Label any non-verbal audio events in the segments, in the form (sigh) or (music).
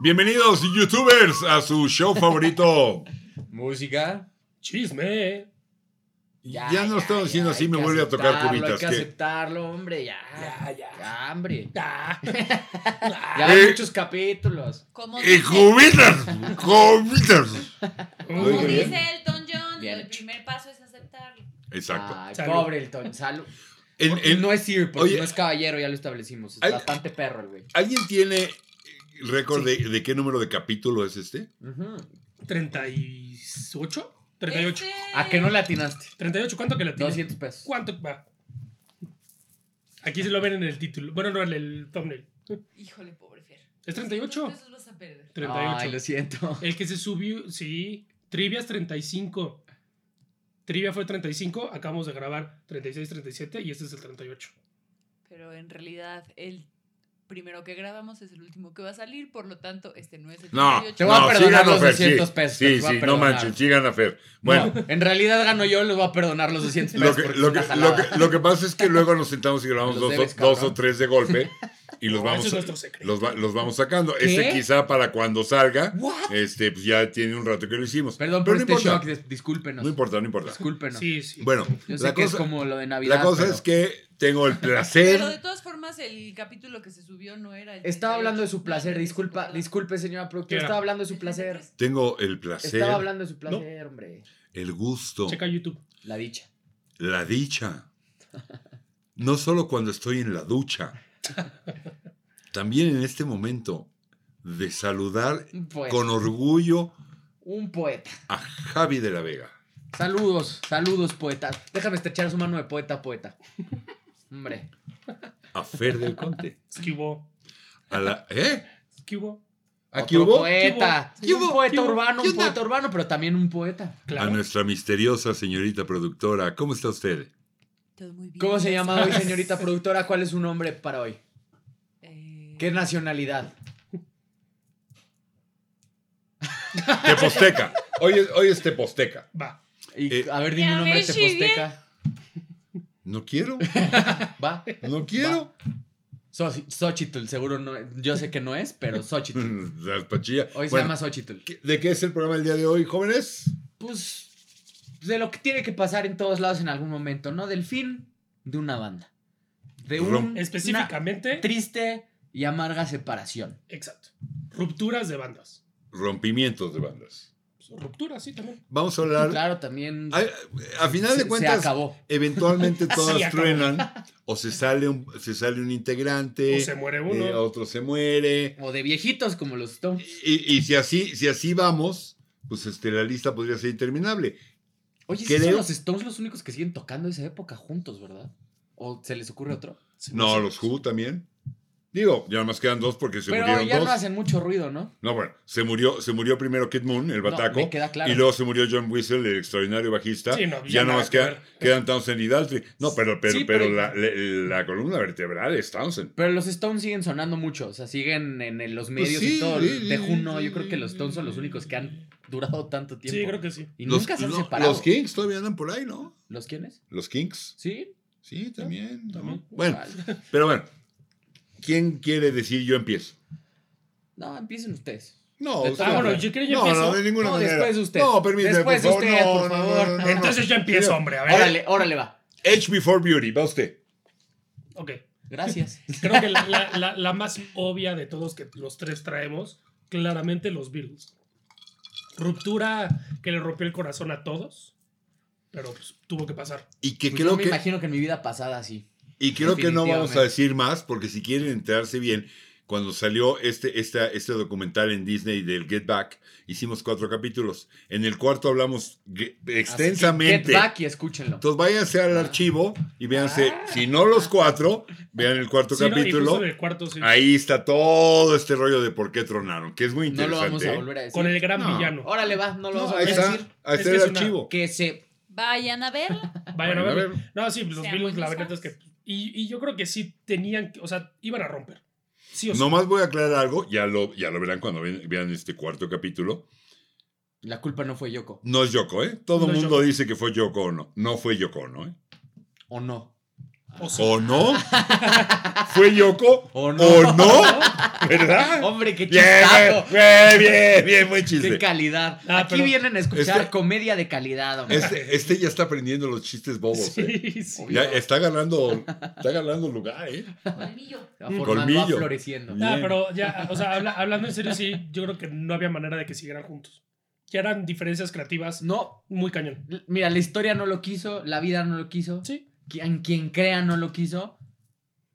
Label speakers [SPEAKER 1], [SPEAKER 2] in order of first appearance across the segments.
[SPEAKER 1] Bienvenidos, YouTubers, a su (laughs) show favorito.
[SPEAKER 2] Música.
[SPEAKER 3] Chisme.
[SPEAKER 1] Ya, no lo estamos diciendo
[SPEAKER 2] ya,
[SPEAKER 1] así,
[SPEAKER 2] hay
[SPEAKER 1] me
[SPEAKER 2] que
[SPEAKER 1] vuelve a tocar
[SPEAKER 2] aceptarlo,
[SPEAKER 1] cubitas.
[SPEAKER 2] Hay que
[SPEAKER 1] que-
[SPEAKER 2] aceptarlo, hombre, ya.
[SPEAKER 3] Ya, ya.
[SPEAKER 2] hombre.
[SPEAKER 3] Ah, (laughs)
[SPEAKER 2] Ya hay
[SPEAKER 1] Eh.
[SPEAKER 2] muchos capítulos.
[SPEAKER 4] Como
[SPEAKER 1] ¡Y
[SPEAKER 4] dice,
[SPEAKER 1] cubitas! ¡Cubitas!
[SPEAKER 4] como
[SPEAKER 1] Muy bien.
[SPEAKER 4] dice Elton John,
[SPEAKER 2] Bien
[SPEAKER 4] el
[SPEAKER 2] hecho.
[SPEAKER 4] primer paso es aceptarlo.
[SPEAKER 1] Exacto.
[SPEAKER 2] Ay,
[SPEAKER 3] Salud.
[SPEAKER 2] pobre el Toño.
[SPEAKER 1] (laughs)
[SPEAKER 2] Salud.
[SPEAKER 1] En-
[SPEAKER 2] Porque
[SPEAKER 1] en-
[SPEAKER 2] no es Sir, porque
[SPEAKER 1] oye.
[SPEAKER 2] no es caballero, ya lo establecimos. Es
[SPEAKER 1] Ay.
[SPEAKER 2] bastante perro el güey.
[SPEAKER 1] ¿Alguien tiene récord de, de qué número de capítulo es este?
[SPEAKER 2] Ujú.
[SPEAKER 3] ¿38? 38.
[SPEAKER 4] Este-
[SPEAKER 2] ¿A qué no le atinaste?
[SPEAKER 3] 38, ¿cuánto que la tiene?
[SPEAKER 2] 200 pesos.
[SPEAKER 3] ¿Cuánto va? Aquí se lo ven en el título. Bueno, no, en el thumbnail.
[SPEAKER 4] Híjole, pobre Fer.
[SPEAKER 3] ¿Es 38?
[SPEAKER 4] Esos vas a perder.
[SPEAKER 3] 38.
[SPEAKER 2] Ay,
[SPEAKER 1] (laughs)
[SPEAKER 2] lo siento.
[SPEAKER 3] El que se subió, sí. Trivia es 35. Trivia fue 35, acabamos de grabar 36, 37 y este es el 38.
[SPEAKER 4] Pero en realidad, el primero que grabamos es el último que va a salir, por lo tanto, este no es el
[SPEAKER 1] No,
[SPEAKER 2] Te
[SPEAKER 4] 38.
[SPEAKER 2] voy a
[SPEAKER 1] no,
[SPEAKER 2] perdonar
[SPEAKER 1] sí gana
[SPEAKER 2] los
[SPEAKER 1] Fer,
[SPEAKER 2] 200
[SPEAKER 1] sí.
[SPEAKER 2] pesos, te
[SPEAKER 1] Sí,
[SPEAKER 2] voy a
[SPEAKER 1] sí, no
[SPEAKER 2] perdonar.
[SPEAKER 1] manchen, sí gana Fer. Bueno,
[SPEAKER 2] Bueno, en realidad gano yo, les voy a perdonar los 200 pesos.
[SPEAKER 1] Lo que,
[SPEAKER 2] porque
[SPEAKER 1] lo
[SPEAKER 2] es una
[SPEAKER 1] que-
[SPEAKER 2] jalada.
[SPEAKER 1] lo que- lo que pasa (laughs) es que luego nos sentamos y grabamos
[SPEAKER 2] Los
[SPEAKER 1] dos,
[SPEAKER 2] debes,
[SPEAKER 1] o- dos
[SPEAKER 2] cabrón.
[SPEAKER 1] o tres de golpe y los
[SPEAKER 3] No,
[SPEAKER 1] vamos,
[SPEAKER 3] ese es nuestro secreto.
[SPEAKER 1] los, va- los vamos sacando.
[SPEAKER 2] ¿Qué?
[SPEAKER 1] Este quizá para cuando salga,
[SPEAKER 2] What?
[SPEAKER 1] este pues ya tiene un rato que lo hicimos.
[SPEAKER 2] Perdón
[SPEAKER 1] Pero
[SPEAKER 2] por este
[SPEAKER 1] no
[SPEAKER 2] shock,
[SPEAKER 1] importa.
[SPEAKER 2] dis- discúlpenos.
[SPEAKER 1] No importa, no importa.
[SPEAKER 2] Discúlpenos.
[SPEAKER 3] Sí, sí.
[SPEAKER 1] Bueno,
[SPEAKER 2] Yo sé
[SPEAKER 1] la
[SPEAKER 2] que es
[SPEAKER 1] cosa,
[SPEAKER 2] como lo de Navidad.
[SPEAKER 1] la cosa
[SPEAKER 2] pero-
[SPEAKER 1] es que tengo el
[SPEAKER 4] Pero de
[SPEAKER 1] placer.
[SPEAKER 4] todas formas, el capítulo que se subió no era el.
[SPEAKER 2] Estaba
[SPEAKER 4] 38.
[SPEAKER 2] hablando de su placer, disculpa,
[SPEAKER 4] Perdón.
[SPEAKER 2] disculpe señora productora,
[SPEAKER 3] ¿Qué era?
[SPEAKER 2] estaba hablando de su placer.
[SPEAKER 1] Tengo el placer,
[SPEAKER 2] Estaba hablando de su placer, hombre.
[SPEAKER 1] el gusto,
[SPEAKER 3] Checa YouTube.
[SPEAKER 2] La dicha.
[SPEAKER 1] la dicha. No solo cuando estoy en la ducha, también en este momento de saludar
[SPEAKER 2] Un poeta.
[SPEAKER 1] con orgullo
[SPEAKER 2] Un poeta.
[SPEAKER 1] a Javi de la Vega.
[SPEAKER 2] Saludos, saludos, poeta. Déjame estrechar su mano de poeta, poeta. Hombre.
[SPEAKER 1] a Fer
[SPEAKER 2] (laughs)
[SPEAKER 1] del Conte.
[SPEAKER 3] Esquivo.
[SPEAKER 1] A la, ¿Eh?
[SPEAKER 3] Esquivo.
[SPEAKER 1] ¿Aquí
[SPEAKER 2] Otro
[SPEAKER 1] hubo?
[SPEAKER 2] Poeta.
[SPEAKER 1] ¿Qué hubo?
[SPEAKER 2] Un poeta
[SPEAKER 3] ¿Qué hubo?
[SPEAKER 2] urbano,
[SPEAKER 1] ¿Qué
[SPEAKER 2] un
[SPEAKER 1] onda?
[SPEAKER 2] poeta urbano, pero también un poeta.
[SPEAKER 1] A
[SPEAKER 3] Claro.
[SPEAKER 1] nuestra misteriosa señorita productora. ¿Cómo está usted?
[SPEAKER 2] (laughs)
[SPEAKER 4] Todo muy bien,
[SPEAKER 2] ¿Cómo se
[SPEAKER 4] gracias.
[SPEAKER 2] llama hoy, (laughs) señorita productora? ¿Cuál es su nombre para hoy?
[SPEAKER 4] (laughs) Eh,
[SPEAKER 2] ¿Qué nacionalidad?
[SPEAKER 1] Teposteca. Hoy es, hoy es Teposteca.
[SPEAKER 3] Va.
[SPEAKER 2] Y,
[SPEAKER 1] Eh,
[SPEAKER 2] a ver, dime
[SPEAKER 4] Ya
[SPEAKER 2] un nombre de
[SPEAKER 4] ves, Shigel.
[SPEAKER 2] teposteca.
[SPEAKER 1] No quiero.
[SPEAKER 2] ¿Va? (laughs)
[SPEAKER 1] No (laughs) quiero.
[SPEAKER 2] So- Xochitl, seguro no es- Yo sé que no es, pero Xochitl.
[SPEAKER 1] Mm, La pachilla.
[SPEAKER 2] Hoy se
[SPEAKER 1] Bueno,
[SPEAKER 2] llama Xochitl.
[SPEAKER 1] ¿qué- ¿De qué es el programa el día de hoy, jóvenes?
[SPEAKER 2] Pues, de lo que tiene que pasar en todos lados en algún momento, ¿no? Del fin de una banda. De
[SPEAKER 1] Rom-
[SPEAKER 2] un,
[SPEAKER 3] Específicamente.
[SPEAKER 2] una triste y amarga separación.
[SPEAKER 3] Exacto. Rupturas de bandas.
[SPEAKER 1] Rompimientos de bandas.
[SPEAKER 3] Rupturas, pues, sí, también.
[SPEAKER 1] Vamos a hablar.
[SPEAKER 2] Claro, también
[SPEAKER 1] A, a final
[SPEAKER 2] se,
[SPEAKER 1] de
[SPEAKER 2] se
[SPEAKER 1] cuentas,
[SPEAKER 2] acabó. (laughs)
[SPEAKER 1] eventualmente todas
[SPEAKER 3] Sí, acabó.
[SPEAKER 1] truenan. O se sale un, se sale un integrante.
[SPEAKER 3] O se muere uno.
[SPEAKER 1] eh, otro se muere.
[SPEAKER 2] O de viejitos como los Stones.
[SPEAKER 1] Y, y si así, si así vamos, pues este, la lista podría ser interminable.
[SPEAKER 2] Oye, sí
[SPEAKER 1] Creo-
[SPEAKER 2] son los Stones los únicos que siguen tocando esa época juntos, ¿verdad? ¿O se les ocurre otro?
[SPEAKER 3] Se
[SPEAKER 1] No,
[SPEAKER 3] muere.
[SPEAKER 1] los Who también. Digo, ya más quedan dos porque se
[SPEAKER 2] Pero
[SPEAKER 1] murieron
[SPEAKER 2] ya
[SPEAKER 1] dos.
[SPEAKER 2] no hacen mucho ruido, ¿no?
[SPEAKER 1] No, bueno, se murió, se murió primero Kid Moon, el
[SPEAKER 2] No,
[SPEAKER 1] bataco.
[SPEAKER 2] me queda claro.
[SPEAKER 1] Y luego se murió John Whistle, el extraordinario bajista.
[SPEAKER 3] Sí, no, ya
[SPEAKER 1] ya no
[SPEAKER 3] nada
[SPEAKER 1] más
[SPEAKER 3] que
[SPEAKER 1] quedan, quedan Townsend y Daltrey. No, pero, pero,
[SPEAKER 3] Sí,
[SPEAKER 1] pero
[SPEAKER 3] pero-
[SPEAKER 1] la, la- la columna vertebral es Townsend.
[SPEAKER 2] Pero los Stones siguen sonando mucho, o sea, siguen en, en los
[SPEAKER 1] Pues
[SPEAKER 2] medios
[SPEAKER 1] sí,
[SPEAKER 2] y todo.
[SPEAKER 1] sí, sí,
[SPEAKER 2] de Juno, yo
[SPEAKER 1] sí,
[SPEAKER 2] creo que los
[SPEAKER 1] sí,
[SPEAKER 2] Stones son
[SPEAKER 1] sí,
[SPEAKER 2] los
[SPEAKER 1] sí,
[SPEAKER 2] únicos que han durado tanto tiempo.
[SPEAKER 3] Sí, creo que sí.
[SPEAKER 2] Y nunca se han
[SPEAKER 1] no,
[SPEAKER 2] separado.
[SPEAKER 1] los Kings todavía andan por ahí, ¿no?
[SPEAKER 2] ¿Los quiénes?
[SPEAKER 1] Los Kings.
[SPEAKER 2] Sí.
[SPEAKER 1] Sí, también. ¿no?
[SPEAKER 3] También.
[SPEAKER 1] Bueno,
[SPEAKER 2] Vale.
[SPEAKER 1] pero bueno. ¿Quién quiere decir yo empiezo?
[SPEAKER 2] No, empiecen ustedes.
[SPEAKER 1] No,
[SPEAKER 2] De
[SPEAKER 1] usted-
[SPEAKER 2] todas
[SPEAKER 3] Ah, bueno, yo creo que yo
[SPEAKER 1] no, no,
[SPEAKER 3] empiezo.
[SPEAKER 1] de ninguna
[SPEAKER 2] No,
[SPEAKER 1] manera.
[SPEAKER 2] después usted.
[SPEAKER 1] No, permítame,
[SPEAKER 2] Después
[SPEAKER 1] por favor.
[SPEAKER 2] usted,
[SPEAKER 1] no,
[SPEAKER 2] por
[SPEAKER 1] no,
[SPEAKER 2] favor.
[SPEAKER 1] no, no, no.
[SPEAKER 3] Entonces yo empiezo, hombre. A ver.
[SPEAKER 2] Órale, órale, va.
[SPEAKER 1] Edge Before Beauty, va usted.
[SPEAKER 3] Ok.
[SPEAKER 1] (laughs)
[SPEAKER 2] Gracias.
[SPEAKER 3] Creo que la, la- la- la más obvia de todos que los tres traemos, claramente los Beatles. Ruptura que le rompió el corazón a todos, pero pues, tuvo que pasar.
[SPEAKER 1] Y que
[SPEAKER 2] Pues yo
[SPEAKER 1] creo
[SPEAKER 2] me
[SPEAKER 1] que,
[SPEAKER 2] imagino que en mi vida pasada sí.
[SPEAKER 1] y creo que no vamos a
[SPEAKER 2] definitivamente.
[SPEAKER 1] decir más, porque si quieren enterarse bien, cuando salió este, esta, este documental en Disney del Get Back, hicimos cuatro capítulos. En el cuarto hablamos ge-
[SPEAKER 2] Así que
[SPEAKER 1] extensamente.
[SPEAKER 2] Get back Ah. y escúchenlo.
[SPEAKER 1] Entonces váyanse al archivo y véanse, si no los cuatro, vean el
[SPEAKER 2] (laughs)
[SPEAKER 1] cuarto
[SPEAKER 3] Sí, ¿no? Y
[SPEAKER 1] capítulo.
[SPEAKER 3] justo en el cuarto, sí.
[SPEAKER 1] Ahí está todo este rollo de por qué tronaron, que es muy
[SPEAKER 2] No lo
[SPEAKER 1] interesante.
[SPEAKER 2] vamos a
[SPEAKER 1] ¿eh?
[SPEAKER 2] volver a decir.
[SPEAKER 3] Con el gran
[SPEAKER 1] No.
[SPEAKER 3] villano.
[SPEAKER 2] Órale, va, no lo
[SPEAKER 1] No,
[SPEAKER 2] vamos a
[SPEAKER 1] ahí
[SPEAKER 2] volver a
[SPEAKER 1] está,
[SPEAKER 2] decir.
[SPEAKER 1] ahí
[SPEAKER 3] Es
[SPEAKER 1] está
[SPEAKER 3] que
[SPEAKER 1] el
[SPEAKER 3] es una-
[SPEAKER 1] archivo.
[SPEAKER 2] Que se.
[SPEAKER 4] Vayan
[SPEAKER 2] (laughs)
[SPEAKER 4] a verla.
[SPEAKER 3] Vayan a
[SPEAKER 1] Bueno, a
[SPEAKER 3] ver. No, sí, los
[SPEAKER 4] Sean
[SPEAKER 3] Beatles, la
[SPEAKER 4] buenos
[SPEAKER 3] verdad es
[SPEAKER 4] fans.
[SPEAKER 3] que. Y, y yo creo que sí tenían, que- o sea, iban a romper. Sí o sí.
[SPEAKER 1] Nomás voy a aclarar algo, ya lo, ya lo verán cuando ven- vean este cuarto capítulo.
[SPEAKER 2] La culpa no fue Yoko.
[SPEAKER 1] No es Yoko, ¿eh? Todo
[SPEAKER 3] No
[SPEAKER 1] el
[SPEAKER 3] es
[SPEAKER 1] mundo
[SPEAKER 3] Yoko.
[SPEAKER 1] dice que fue Yoko o no. No fue Yoko, ¿no? ¿eh?
[SPEAKER 2] ¿O no?
[SPEAKER 3] O sí.
[SPEAKER 1] ¿O no? ¿Fue Yoko?
[SPEAKER 2] ¿O
[SPEAKER 1] ¿O no?
[SPEAKER 2] (laughs)
[SPEAKER 1] ¿Verdad?
[SPEAKER 2] Hombre, qué
[SPEAKER 1] Bien,
[SPEAKER 2] chistazo.
[SPEAKER 1] bien, bien, bien, buen chiste.
[SPEAKER 2] Qué calidad.
[SPEAKER 3] Ah,
[SPEAKER 2] Aquí
[SPEAKER 3] pero-
[SPEAKER 2] vienen a escuchar
[SPEAKER 1] Este-
[SPEAKER 2] comedia de calidad, hombre.
[SPEAKER 1] Este, este ya está aprendiendo los chistes bobos. eh.
[SPEAKER 3] (laughs) Sí, sí.
[SPEAKER 1] Ya está ganando, está ganando lugar, ¿eh?
[SPEAKER 5] Colmillo.
[SPEAKER 2] Va formando,
[SPEAKER 1] colmillo.
[SPEAKER 2] va floreciendo.
[SPEAKER 1] Bien.
[SPEAKER 3] Ah, pero ya, o sea, habla- hablando en serio, sí, yo creo que no había manera de que siguieran juntos. Ya eran diferencias creativas
[SPEAKER 2] No,
[SPEAKER 3] muy cañón.
[SPEAKER 2] l- mira, la historia no lo quiso, la vida no lo quiso.
[SPEAKER 3] Sí.
[SPEAKER 2] Quien, quien crea no lo quiso.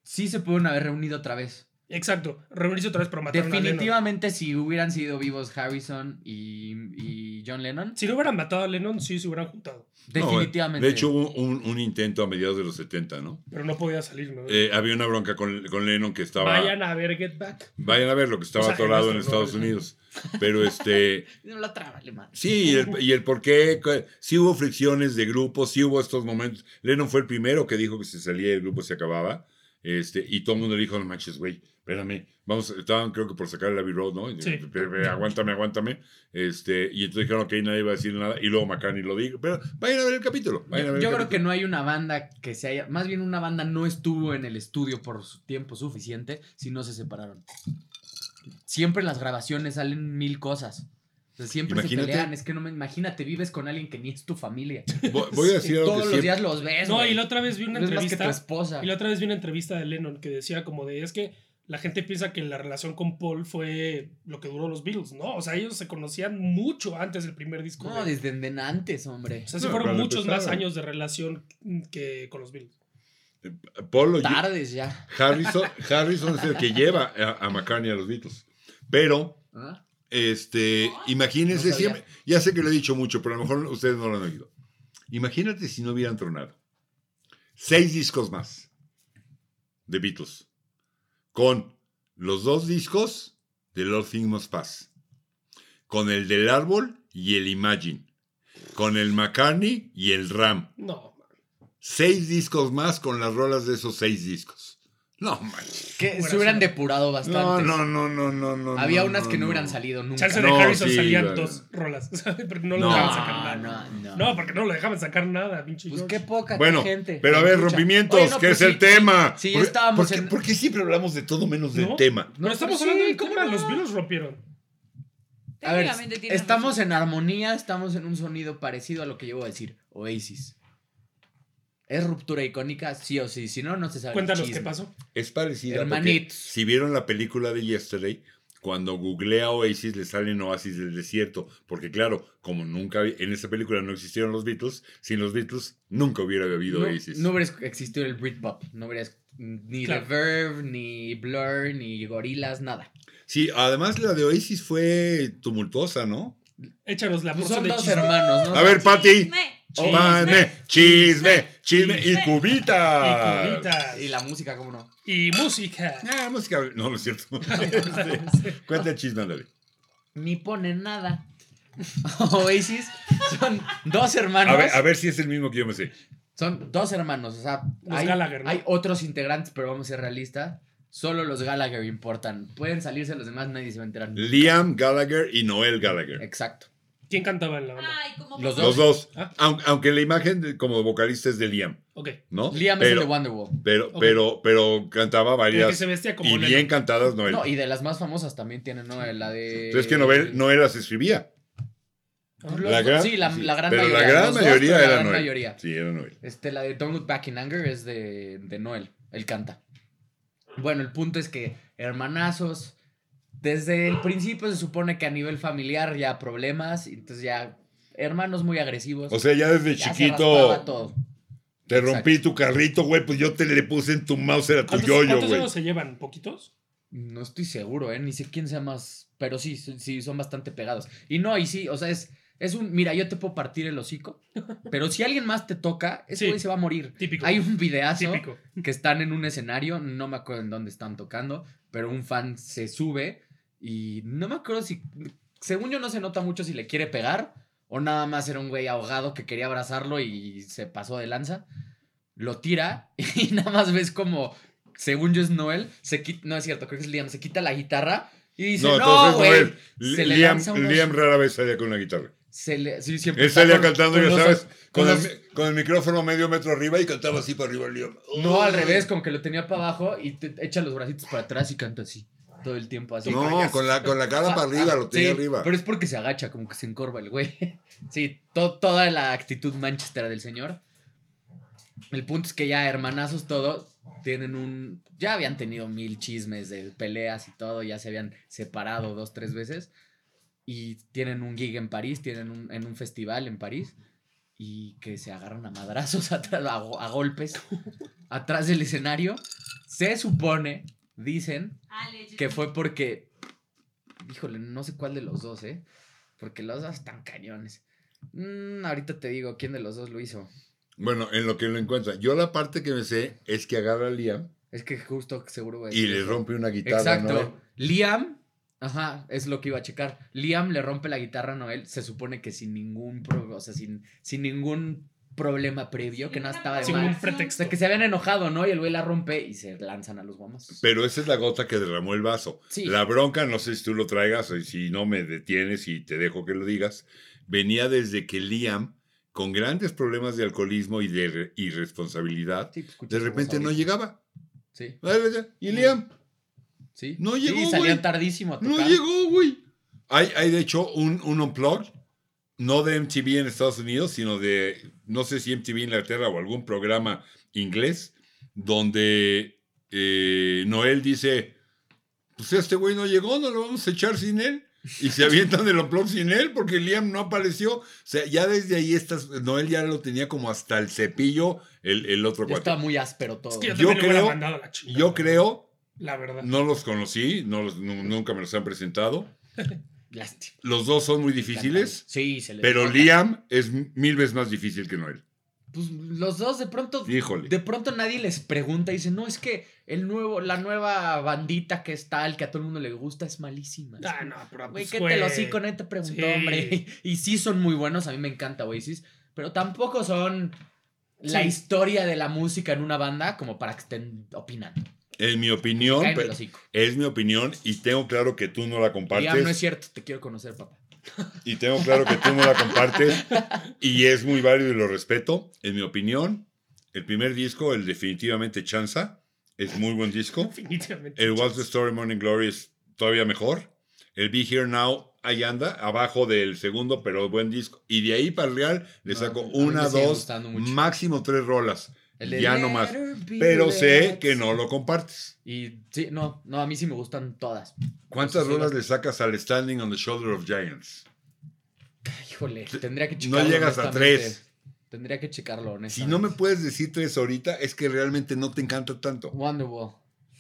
[SPEAKER 2] Sí se pudieron haber reunido otra vez.
[SPEAKER 3] Exacto. Reunirse otra vez para matar a Lennon.
[SPEAKER 2] Definitivamente, si hubieran sido vivos Harrison y, y John Lennon,
[SPEAKER 3] Si no hubieran matado a Lennon, sí se hubieran juntado.
[SPEAKER 2] definitivamente.
[SPEAKER 1] eh, de hecho, hubo un, un intento a mediados de los 70, ¿no?
[SPEAKER 3] Pero no podía salir, ¿no?
[SPEAKER 1] Eh, había una bronca con, con Lennon que estaba.
[SPEAKER 3] Vayan a ver Get Back.
[SPEAKER 1] Vayan a ver lo que estaba
[SPEAKER 3] O sea, en
[SPEAKER 1] atorado en
[SPEAKER 3] nuestro
[SPEAKER 1] Estados
[SPEAKER 3] rol.
[SPEAKER 1] Unidos. Pero este.
[SPEAKER 2] (laughs) no la traba, le mando.
[SPEAKER 1] Sí, y el, y el por qué. cu- Sí hubo fricciones de grupo, sí hubo estos momentos. Lennon fue el primero que dijo que si salía el grupo se acababa. Este, y todo el mundo le dijo, no manches, güey, espérame. Vamos, estaban creo que por sacar el Abbey Road, ¿no? Y,
[SPEAKER 3] Sí.
[SPEAKER 1] "Pero, pero, Aguántame, aguántame. Este, y entonces dijeron, ok, nadie va a decir nada. Y luego McCartney lo dijo. Pero vayan a ver el capítulo. vayan a
[SPEAKER 2] Yo,
[SPEAKER 1] ver
[SPEAKER 2] yo
[SPEAKER 1] el
[SPEAKER 2] creo que
[SPEAKER 1] capítulo".
[SPEAKER 2] no hay una banda que se haya. Más bien, una banda no estuvo en el estudio por su tiempo suficiente si no se separaron. Siempre en las grabaciones salen mil cosas. O sea, siempre
[SPEAKER 1] Imagínate.
[SPEAKER 2] se pelean. Es que no me. Imagínate, vives con alguien que ni es tu familia.
[SPEAKER 1] Voy-
[SPEAKER 2] (laughs)
[SPEAKER 1] Voy a decir
[SPEAKER 2] Y
[SPEAKER 1] algo que
[SPEAKER 2] todos los
[SPEAKER 1] siempre-
[SPEAKER 2] días los ves.
[SPEAKER 3] No,
[SPEAKER 2] güey.
[SPEAKER 3] y la otra vez vi una
[SPEAKER 2] No es más que tu
[SPEAKER 3] entrevista.
[SPEAKER 2] esposa.
[SPEAKER 3] Y la otra vez vi una entrevista de Lennon que decía como de es que la gente piensa que la relación con Paul fue lo que duró los Beatles, ¿no? O sea, ellos se conocían mucho antes del primer disco.
[SPEAKER 2] No,
[SPEAKER 3] de-
[SPEAKER 2] desde de antes, hombre.
[SPEAKER 3] O sea, sí
[SPEAKER 1] No,
[SPEAKER 3] fueron
[SPEAKER 1] cuando
[SPEAKER 3] muchos más
[SPEAKER 1] empezaron.
[SPEAKER 3] años de relación que con los Beatles.
[SPEAKER 1] Paul lo lle-
[SPEAKER 2] Tardes ya.
[SPEAKER 1] Harrison, Harrison es el que lleva a, a McCartney a los Beatles. Pero,
[SPEAKER 2] ¿Ah?
[SPEAKER 1] este, imagínense
[SPEAKER 2] No sabía.
[SPEAKER 1] siempre. Ya sé que lo he dicho mucho, pero a lo mejor ustedes no lo han oído. Imagínate si no hubieran tronado. Seis discos más de Beatles. Con los dos discos de Lord Things Must Pass. Con el del árbol y el Imagine. Con el McCartney y el Ram.
[SPEAKER 3] No,
[SPEAKER 1] Seis discos más con las rolas de esos seis discos. No manches.
[SPEAKER 2] Que
[SPEAKER 3] Bueno,
[SPEAKER 2] se hubieran
[SPEAKER 3] sí.
[SPEAKER 2] depurado bastante.
[SPEAKER 1] No, no, no, no, no, no.
[SPEAKER 2] Había
[SPEAKER 1] no,
[SPEAKER 2] unas
[SPEAKER 1] no,
[SPEAKER 2] que no,
[SPEAKER 1] no.
[SPEAKER 2] hubieran salido nunca.
[SPEAKER 3] Chance de
[SPEAKER 1] No,
[SPEAKER 3] Harrison
[SPEAKER 1] sí,
[SPEAKER 3] salían
[SPEAKER 1] vale.
[SPEAKER 3] dos rolas, (laughs) ¿sabes? Pero no,
[SPEAKER 1] No,
[SPEAKER 3] lo dejaban sacar nada. No,
[SPEAKER 2] no, no.
[SPEAKER 3] porque no lo dejaban sacar nada, pinche
[SPEAKER 2] Pues
[SPEAKER 3] George.
[SPEAKER 2] qué poca
[SPEAKER 1] Bueno,
[SPEAKER 2] gente.
[SPEAKER 1] pero a ver,
[SPEAKER 2] Escucha.
[SPEAKER 1] rompimientos,
[SPEAKER 2] Oye, no,
[SPEAKER 1] que
[SPEAKER 2] pero
[SPEAKER 1] es
[SPEAKER 2] sí,
[SPEAKER 1] el tema.
[SPEAKER 2] sí,
[SPEAKER 1] ¿Por-
[SPEAKER 2] estábamos
[SPEAKER 1] ¿por qué,
[SPEAKER 2] en-
[SPEAKER 1] por qué siempre hablamos de todo menos del
[SPEAKER 3] ¿No?
[SPEAKER 1] tema?
[SPEAKER 3] No, estamos
[SPEAKER 2] pues sí,
[SPEAKER 3] hablando del
[SPEAKER 2] ¿cómo
[SPEAKER 3] tema,
[SPEAKER 2] no?
[SPEAKER 3] los Beatles rompieron.
[SPEAKER 2] A ver,
[SPEAKER 4] Técnicamente tienes
[SPEAKER 2] estamos
[SPEAKER 4] razón.
[SPEAKER 2] en armonía, estamos en un sonido parecido a lo que llevo a decir, Oasis. ¿Es ruptura icónica? Sí o sí, si no, no se sabe. el
[SPEAKER 3] Cuéntanos qué
[SPEAKER 2] chisme.
[SPEAKER 3] pasó.
[SPEAKER 1] Es parecida porque
[SPEAKER 2] Hermanitos.
[SPEAKER 1] si vieron la película de Yesterday, cuando googlea Oasis le salen Oasis del desierto, porque claro, como nunca en esa película no existieron los Beatles, sin los Beatles nunca hubiera habido
[SPEAKER 2] No,
[SPEAKER 1] Oasis.
[SPEAKER 2] no hubiera existido el Britpop, no hubiera ni
[SPEAKER 3] Claro.
[SPEAKER 2] The Verve, ni Blur, ni Gorilas, nada.
[SPEAKER 1] Sí, además la de Oasis fue tumultuosa, ¿no?
[SPEAKER 3] Échanos la
[SPEAKER 2] Pues
[SPEAKER 3] bolsa
[SPEAKER 2] son
[SPEAKER 3] de
[SPEAKER 2] dos
[SPEAKER 3] chisme.
[SPEAKER 2] hermanos, ¿no?
[SPEAKER 1] A ver, Pati.
[SPEAKER 4] Chisme,
[SPEAKER 2] Oh,
[SPEAKER 1] Mane, chisme, chisme y
[SPEAKER 4] chisme.
[SPEAKER 1] cubita.
[SPEAKER 3] Y cubitas.
[SPEAKER 2] Y la música, ¿cómo no?
[SPEAKER 3] Y
[SPEAKER 2] (laughs)
[SPEAKER 3] música.
[SPEAKER 1] Ah, música. No, no es cierto. (laughs) Este, Cuenta el chisme, ándale.
[SPEAKER 2] Ni ponen nada. (laughs) Oasis son dos hermanos.
[SPEAKER 1] A ver, a ver si es el mismo que yo me sé.
[SPEAKER 2] Son dos hermanos, o sea,
[SPEAKER 3] Los
[SPEAKER 2] hay,
[SPEAKER 3] Gallagher, ¿no?
[SPEAKER 2] hay otros integrantes, pero vamos a ser realistas. Solo los Gallagher importan. Pueden salirse los demás, nadie se va a enterar.
[SPEAKER 1] Liam Gallagher y Noel Gallagher.
[SPEAKER 2] Exacto.
[SPEAKER 3] ¿Quién cantaba en la banda?
[SPEAKER 5] Ay, como
[SPEAKER 2] Los
[SPEAKER 1] Los dos.
[SPEAKER 3] Ah.
[SPEAKER 1] Aunque, aunque la imagen de- como vocalista es de Liam,
[SPEAKER 3] Ok.
[SPEAKER 1] ¿no?
[SPEAKER 2] Liam es el
[SPEAKER 1] pero,
[SPEAKER 2] de Wonderwall.
[SPEAKER 1] pero,
[SPEAKER 3] Ok.
[SPEAKER 1] pero, pero cantaba
[SPEAKER 3] El que
[SPEAKER 1] varias
[SPEAKER 3] se vestía como
[SPEAKER 1] y
[SPEAKER 3] Lennon.
[SPEAKER 1] bien cantadas Noel.
[SPEAKER 2] No, y de las más famosas también tiene, ¿no? La de.
[SPEAKER 1] Entonces que Noel, Noel las escribía.
[SPEAKER 2] Los-
[SPEAKER 1] La gran,
[SPEAKER 2] sí, la,
[SPEAKER 1] sí,
[SPEAKER 2] la gran
[SPEAKER 1] pero
[SPEAKER 2] mayoría.
[SPEAKER 1] la gran
[SPEAKER 2] los dos,
[SPEAKER 1] mayoría
[SPEAKER 2] pero
[SPEAKER 1] era
[SPEAKER 2] la gran
[SPEAKER 1] Noel.
[SPEAKER 2] mayoría.
[SPEAKER 1] Sí, era Noel.
[SPEAKER 2] Este, la de Don't Look Back in Anger es de, de Noel. Él canta. Bueno, el punto es que hermanazos. Desde el principio se supone que a nivel familiar ya problemas. y Entonces ya hermanos muy agresivos.
[SPEAKER 1] O sea, ya desde
[SPEAKER 2] ya se raspaba
[SPEAKER 1] chiquito
[SPEAKER 2] todo.
[SPEAKER 1] te rompí tu carrito, güey, pues yo te le puse en tu mouse, era tu
[SPEAKER 3] ¿Cuántos,
[SPEAKER 1] yoyo,
[SPEAKER 3] cuántos
[SPEAKER 1] güey.
[SPEAKER 3] años se llevan? ¿Poquitos?
[SPEAKER 2] No estoy seguro, ¿eh? Ni sé quién sea más. Pero sí, sí, sí, son bastante pegados. Y no, y sí, o sea, es, es un. Mira, yo te puedo partir el
[SPEAKER 3] (laughs)
[SPEAKER 2] hocico. Pero si alguien más te toca, ese
[SPEAKER 3] Sí.
[SPEAKER 2] güey se va a morir.
[SPEAKER 3] Típico.
[SPEAKER 2] Hay un videazo
[SPEAKER 3] Típico.
[SPEAKER 2] que están en un escenario, no me acuerdo en dónde están tocando, pero un fan se sube y no me acuerdo si. Según yo, no se nota mucho si le quiere pegar o nada más era un güey ahogado que quería abrazarlo y se pasó de lanza. Lo tira (laughs) y nada más ves como, según yo es Noel, se quita, no es cierto, creo que es Liam, se quita la guitarra y dice:
[SPEAKER 1] No,
[SPEAKER 2] No,
[SPEAKER 1] entonces
[SPEAKER 2] güey.
[SPEAKER 1] Noel.
[SPEAKER 2] Se le
[SPEAKER 1] Liam,
[SPEAKER 2] lanza unos-
[SPEAKER 1] Liam rara vez salía con una guitarra.
[SPEAKER 2] se le, sí, siempre
[SPEAKER 1] Él
[SPEAKER 2] está
[SPEAKER 1] salía
[SPEAKER 2] con-
[SPEAKER 1] cantando,
[SPEAKER 2] con
[SPEAKER 1] ya
[SPEAKER 2] los-
[SPEAKER 1] sabes, con,
[SPEAKER 2] con
[SPEAKER 1] el,
[SPEAKER 2] los-
[SPEAKER 1] mi- con el micrófono medio metro arriba y cantaba así para arriba el Liam.
[SPEAKER 2] No, al revés, como que lo tenía para abajo y te echa los bracitos para atrás y canta así. todo el tiempo así.
[SPEAKER 1] No, con la, con la cara para arriba, lo tenía
[SPEAKER 2] Sí,
[SPEAKER 1] arriba.
[SPEAKER 2] Pero es porque se agacha, como que se encorva el güey. (laughs) Sí, to- toda la actitud Manchester del señor. El punto es que ya hermanazos todos tienen un... Ya habían tenido mil chismes de peleas y todo, ya se habían separado dos, tres veces. Y tienen un gig en París, tienen un, en un festival en París. Y que se agarran a madrazos, (laughs) atrás, a go- a golpes, atrás del escenario. Se supone, dicen, que fue porque. Híjole, no sé cuál de los dos, ¿eh? Porque los dos están cañones. Mm, ahorita te digo quién de los dos lo hizo.
[SPEAKER 1] Bueno, en lo que lo encuentra. Yo la parte que me sé es que agarra a Liam
[SPEAKER 2] Es que justo seguro. es-
[SPEAKER 1] y le rompe una guitarra.
[SPEAKER 2] Exacto.
[SPEAKER 1] ¿no?
[SPEAKER 2] Liam. Ajá, es lo que iba a checar. Liam le rompe la guitarra a Noel. Se supone que sin ningún. pro- o sea, sin, sin ningún problema previo, que no estaba de
[SPEAKER 3] Sin
[SPEAKER 2] mal.
[SPEAKER 3] un pretexto.
[SPEAKER 2] O sea, que se habían enojado, ¿no? Y el güey la rompe y se lanzan a los guamazos.
[SPEAKER 1] Pero esa es la gota que derramó el vaso.
[SPEAKER 2] Sí.
[SPEAKER 1] La bronca, no sé si tú lo traigas, o si no me detienes y te dejo que lo digas, venía desde que Liam, con grandes problemas de alcoholismo y de re- irresponsabilidad,
[SPEAKER 2] Sí, pues, escucha
[SPEAKER 1] de
[SPEAKER 2] su voz
[SPEAKER 1] repente no
[SPEAKER 2] ahorita.
[SPEAKER 1] llegaba.
[SPEAKER 2] Sí,
[SPEAKER 1] Y Liam,
[SPEAKER 2] sí.
[SPEAKER 1] No
[SPEAKER 2] Sí,
[SPEAKER 1] llegó,
[SPEAKER 2] Y salían
[SPEAKER 1] güey.
[SPEAKER 2] tardísimo a tocar.
[SPEAKER 1] No llegó, güey. Hay, hay de hecho un, un unplugged, no de MTV en Estados Unidos, sino de, no sé si MTV Inglaterra o algún programa inglés, donde eh, Noel dice, pues este güey no llegó, no lo vamos a echar sin él. Y se avientan el unplugged sin él porque Liam no apareció. O sea, ya desde ahí estas, Noel ya lo tenía como hasta el cepillo el, el otro
[SPEAKER 2] Ya
[SPEAKER 1] cuate.
[SPEAKER 2] estaba muy áspero todo.
[SPEAKER 3] Es que yo
[SPEAKER 1] Yo
[SPEAKER 3] también le hubiera
[SPEAKER 1] creo-
[SPEAKER 3] mandado a la chingada.
[SPEAKER 1] Yo creo,
[SPEAKER 3] La verdad.
[SPEAKER 1] no los conocí, no los- nu- nunca me los han presentado.
[SPEAKER 2] Lástima.
[SPEAKER 1] Los dos son muy difíciles.
[SPEAKER 2] Sí, se le
[SPEAKER 1] Pero
[SPEAKER 2] nota.
[SPEAKER 1] Liam es mil veces más difícil que Noel.
[SPEAKER 2] Pues los dos de pronto.
[SPEAKER 1] Híjole.
[SPEAKER 2] De pronto nadie les pregunta y dice, no, es que el nuevo, la nueva bandita que está, el que a todo el mundo le gusta, es malísima. Es
[SPEAKER 3] Ah,
[SPEAKER 2] como,
[SPEAKER 3] no, pero
[SPEAKER 2] Güey,
[SPEAKER 3] pues,
[SPEAKER 2] ¿qué
[SPEAKER 3] güey.
[SPEAKER 2] te lo hocico? Nadie te preguntó,
[SPEAKER 3] Sí.
[SPEAKER 2] hombre. (laughs) Y sí son muy buenos, a mí me encanta Oasis, pero tampoco son la
[SPEAKER 3] Sí.
[SPEAKER 2] historia de la música en una banda como para que estén opinando.
[SPEAKER 1] En mi opinión,
[SPEAKER 2] Cáeme el
[SPEAKER 1] pero-
[SPEAKER 2] hocico.
[SPEAKER 1] es mi opinión y tengo claro que tú no la compartes.
[SPEAKER 2] Liam, no es cierto, te quiero conocer, papá.
[SPEAKER 1] (laughs) Y tengo claro que tú no la compartes. Y es muy válido y lo respeto. En mi opinión, el primer disco, el definitivamente Chanza, es muy buen disco.
[SPEAKER 3] Definitivamente.
[SPEAKER 1] El What's the Story Morning Glory es todavía mejor. El Be Here Now, ahí anda, abajo del segundo, pero buen disco. Y de ahí para el Real le
[SPEAKER 2] No,
[SPEAKER 1] saco
[SPEAKER 2] a mí me
[SPEAKER 1] una,
[SPEAKER 2] sigue
[SPEAKER 1] dos,
[SPEAKER 2] gustando mucho.
[SPEAKER 1] máximo tres rolas.
[SPEAKER 2] El de
[SPEAKER 1] Ya no más.
[SPEAKER 2] Better Be
[SPEAKER 1] Pero sé
[SPEAKER 2] Relaxed.
[SPEAKER 1] que no lo compartes.
[SPEAKER 2] Y sí, no, no, a mí sí me gustan todas.
[SPEAKER 1] ¿Cuántas
[SPEAKER 2] Sí,
[SPEAKER 1] rolas
[SPEAKER 2] sí.
[SPEAKER 1] le sacas al Standing on the Shoulder of Giants?
[SPEAKER 2] Híjole,
[SPEAKER 1] Te-
[SPEAKER 2] tendría que
[SPEAKER 1] no
[SPEAKER 2] checarlo.
[SPEAKER 1] llegas a
[SPEAKER 2] honestamente.
[SPEAKER 1] tres.
[SPEAKER 2] Tendría que checarlo,
[SPEAKER 1] Si no
[SPEAKER 2] honestamente.
[SPEAKER 1] me puedes decir tres ahorita, es que realmente no te encanta tanto.
[SPEAKER 2] (laughs) Wonderwall.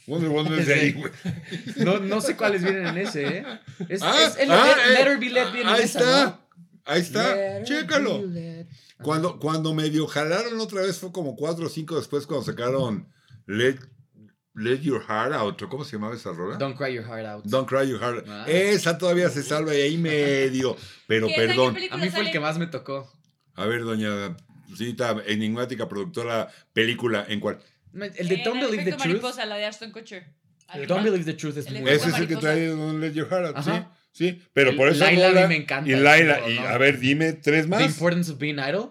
[SPEAKER 1] Wonder Woman es de ahí,
[SPEAKER 2] Sí.
[SPEAKER 1] güey.
[SPEAKER 2] No, no sé cuáles vienen en ese, ¿eh? Es,
[SPEAKER 1] Ah,
[SPEAKER 2] es el
[SPEAKER 1] ah,
[SPEAKER 2] Let-
[SPEAKER 1] eh,
[SPEAKER 2] Letter Be Let viene
[SPEAKER 1] Ahí
[SPEAKER 2] en esa, ¿no?
[SPEAKER 1] está. Ahí
[SPEAKER 2] Letter
[SPEAKER 1] está.
[SPEAKER 2] Be
[SPEAKER 1] Chécalo.
[SPEAKER 2] Let.
[SPEAKER 1] Cuando, cuando medio jalaron otra vez, fue como cuatro o cinco después cuando sacaron Let, Let Your Heart Out. ¿Cómo se llamaba esa rola? Don't,
[SPEAKER 2] Don't Cry Your Heart Out.
[SPEAKER 1] Cry Your Heart Out.
[SPEAKER 2] Ah.
[SPEAKER 1] Esa todavía se salva y ahí medio. Pero
[SPEAKER 4] ¿Qué? ¿Esa qué
[SPEAKER 1] perdón.
[SPEAKER 4] película
[SPEAKER 2] A mí fue el
[SPEAKER 4] sale?
[SPEAKER 2] que más me tocó.
[SPEAKER 1] A ver, doña señorita enigmática productora, película en cual.
[SPEAKER 2] Me- El de
[SPEAKER 4] Eh,
[SPEAKER 2] Don't
[SPEAKER 4] la
[SPEAKER 2] Believe the
[SPEAKER 4] efecto
[SPEAKER 2] Truth.
[SPEAKER 4] mariposa, la de Ashton Kutcher. Ahí
[SPEAKER 2] Don't
[SPEAKER 4] va.
[SPEAKER 2] Believe the Truth es
[SPEAKER 4] El
[SPEAKER 2] muy
[SPEAKER 4] efecto
[SPEAKER 1] Ese
[SPEAKER 2] bueno.
[SPEAKER 1] es el que
[SPEAKER 4] mariposa.
[SPEAKER 1] trae Don't Let Your Heart Out, sí.
[SPEAKER 2] Ajá.
[SPEAKER 1] Sí, pero por eso.
[SPEAKER 2] Laila a mí
[SPEAKER 1] rola-
[SPEAKER 2] me encanta,
[SPEAKER 1] Y Laila.
[SPEAKER 2] pero
[SPEAKER 1] Y
[SPEAKER 2] no.
[SPEAKER 1] a ver, dime tres
[SPEAKER 2] The
[SPEAKER 1] más.
[SPEAKER 2] Importance of Being Idle.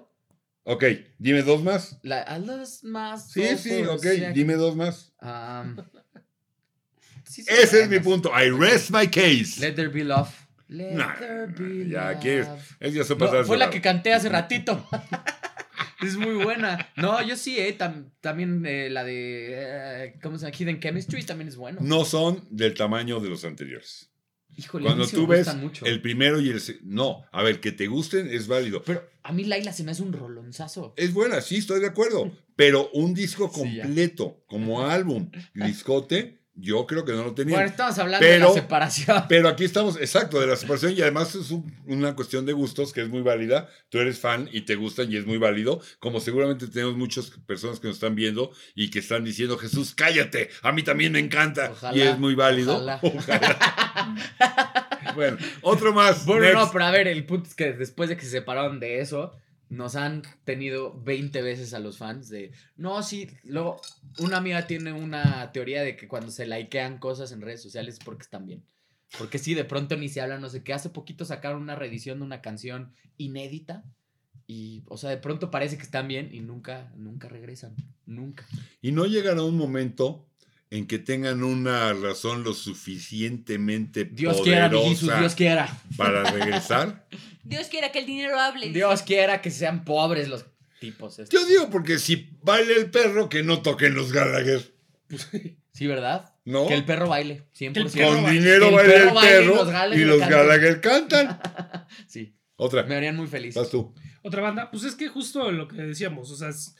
[SPEAKER 1] Ok, dime dos más.
[SPEAKER 2] La, a las más.
[SPEAKER 1] Sí, sí,
[SPEAKER 2] por-
[SPEAKER 1] ok, dime dos más.
[SPEAKER 2] Um, (laughs) sí son
[SPEAKER 1] Ese es mi
[SPEAKER 2] buenas.
[SPEAKER 1] punto. I rest my case.
[SPEAKER 2] Let There Be Love. Let
[SPEAKER 1] Nah,
[SPEAKER 2] There Be
[SPEAKER 1] ya,
[SPEAKER 2] Love.
[SPEAKER 1] aquí es- Es ya son
[SPEAKER 2] No,
[SPEAKER 1] pasadas
[SPEAKER 2] fue
[SPEAKER 1] de
[SPEAKER 2] la
[SPEAKER 1] raro.
[SPEAKER 2] que canté
[SPEAKER 1] (laughs)
[SPEAKER 2] hace ratito. (laughs) es muy buena. No, yo sí, eh, tam- también eh, la de. eh, ¿Cómo se llama? Hidden Chemistry también es bueno.
[SPEAKER 1] No son del tamaño de los anteriores.
[SPEAKER 2] Híjole, a mí
[SPEAKER 1] Cuando
[SPEAKER 2] sí me
[SPEAKER 1] tú ves
[SPEAKER 2] gustan mucho.
[SPEAKER 1] el primero y el se- No, a ver, que te gusten es válido.
[SPEAKER 2] Pero a mí Laila se me hace un rolonzazo.
[SPEAKER 1] Es buena, sí, estoy de acuerdo. Pero un disco
[SPEAKER 2] Sí, ya.
[SPEAKER 1] completo, como
[SPEAKER 2] (laughs)
[SPEAKER 1] álbum, discote, yo creo que no lo tenía.
[SPEAKER 2] Bueno, estamos hablando
[SPEAKER 1] Pero-
[SPEAKER 2] de la separación.
[SPEAKER 1] Pero aquí estamos, exacto, de la separación y además es un- una cuestión de gustos que es muy válida. Tú eres fan y te gustan y es muy válido, como seguramente tenemos muchas personas que nos están viendo y que están diciendo, Jesús, cállate, a mí también me encanta
[SPEAKER 2] Ojalá,
[SPEAKER 1] y es muy válido. (laughs)
[SPEAKER 2] ojalá.
[SPEAKER 1] Ojalá. bueno, otro más.
[SPEAKER 2] Bueno,
[SPEAKER 1] Next.
[SPEAKER 2] no, pero a ver, el punto es que después de que se separaron de eso, nos han tenido 20 veces a los fans de. No, sí, luego, una amiga tiene una teoría de que cuando se likean cosas en redes sociales es porque están bien. Porque sí, de pronto ni se habla, no sé qué. Hace poquito sacaron una reedición de una canción inédita. Y, o sea, de pronto parece que están bien y nunca, nunca regresan. Nunca.
[SPEAKER 1] Y no llegará un momento en que tengan una razón lo suficientemente
[SPEAKER 2] Dios quiera, mi Jesús,
[SPEAKER 1] poderosa
[SPEAKER 2] Dios quiera.
[SPEAKER 1] para regresar.
[SPEAKER 4] Dios quiera que el dinero hable.
[SPEAKER 2] Dios quiera que sean pobres los tipos. estos.
[SPEAKER 1] Yo digo porque si baila el perro, que no toquen los Gallagher,
[SPEAKER 2] Sí, ¿verdad?
[SPEAKER 1] ¿no?
[SPEAKER 2] Que el perro baile, 100%.
[SPEAKER 3] perro
[SPEAKER 1] Con
[SPEAKER 3] baile.
[SPEAKER 1] dinero
[SPEAKER 2] Que el
[SPEAKER 1] baila
[SPEAKER 2] perro
[SPEAKER 1] el
[SPEAKER 2] baile y
[SPEAKER 1] perro
[SPEAKER 2] los Gallagher
[SPEAKER 1] y los
[SPEAKER 2] cantan.
[SPEAKER 1] Gallagher
[SPEAKER 2] (laughs)
[SPEAKER 1] cantan.
[SPEAKER 2] Sí,
[SPEAKER 1] Otra,
[SPEAKER 2] me harían muy feliz.
[SPEAKER 1] vas tú.
[SPEAKER 3] Otra banda, pues es que justo lo que decíamos, o sea, es-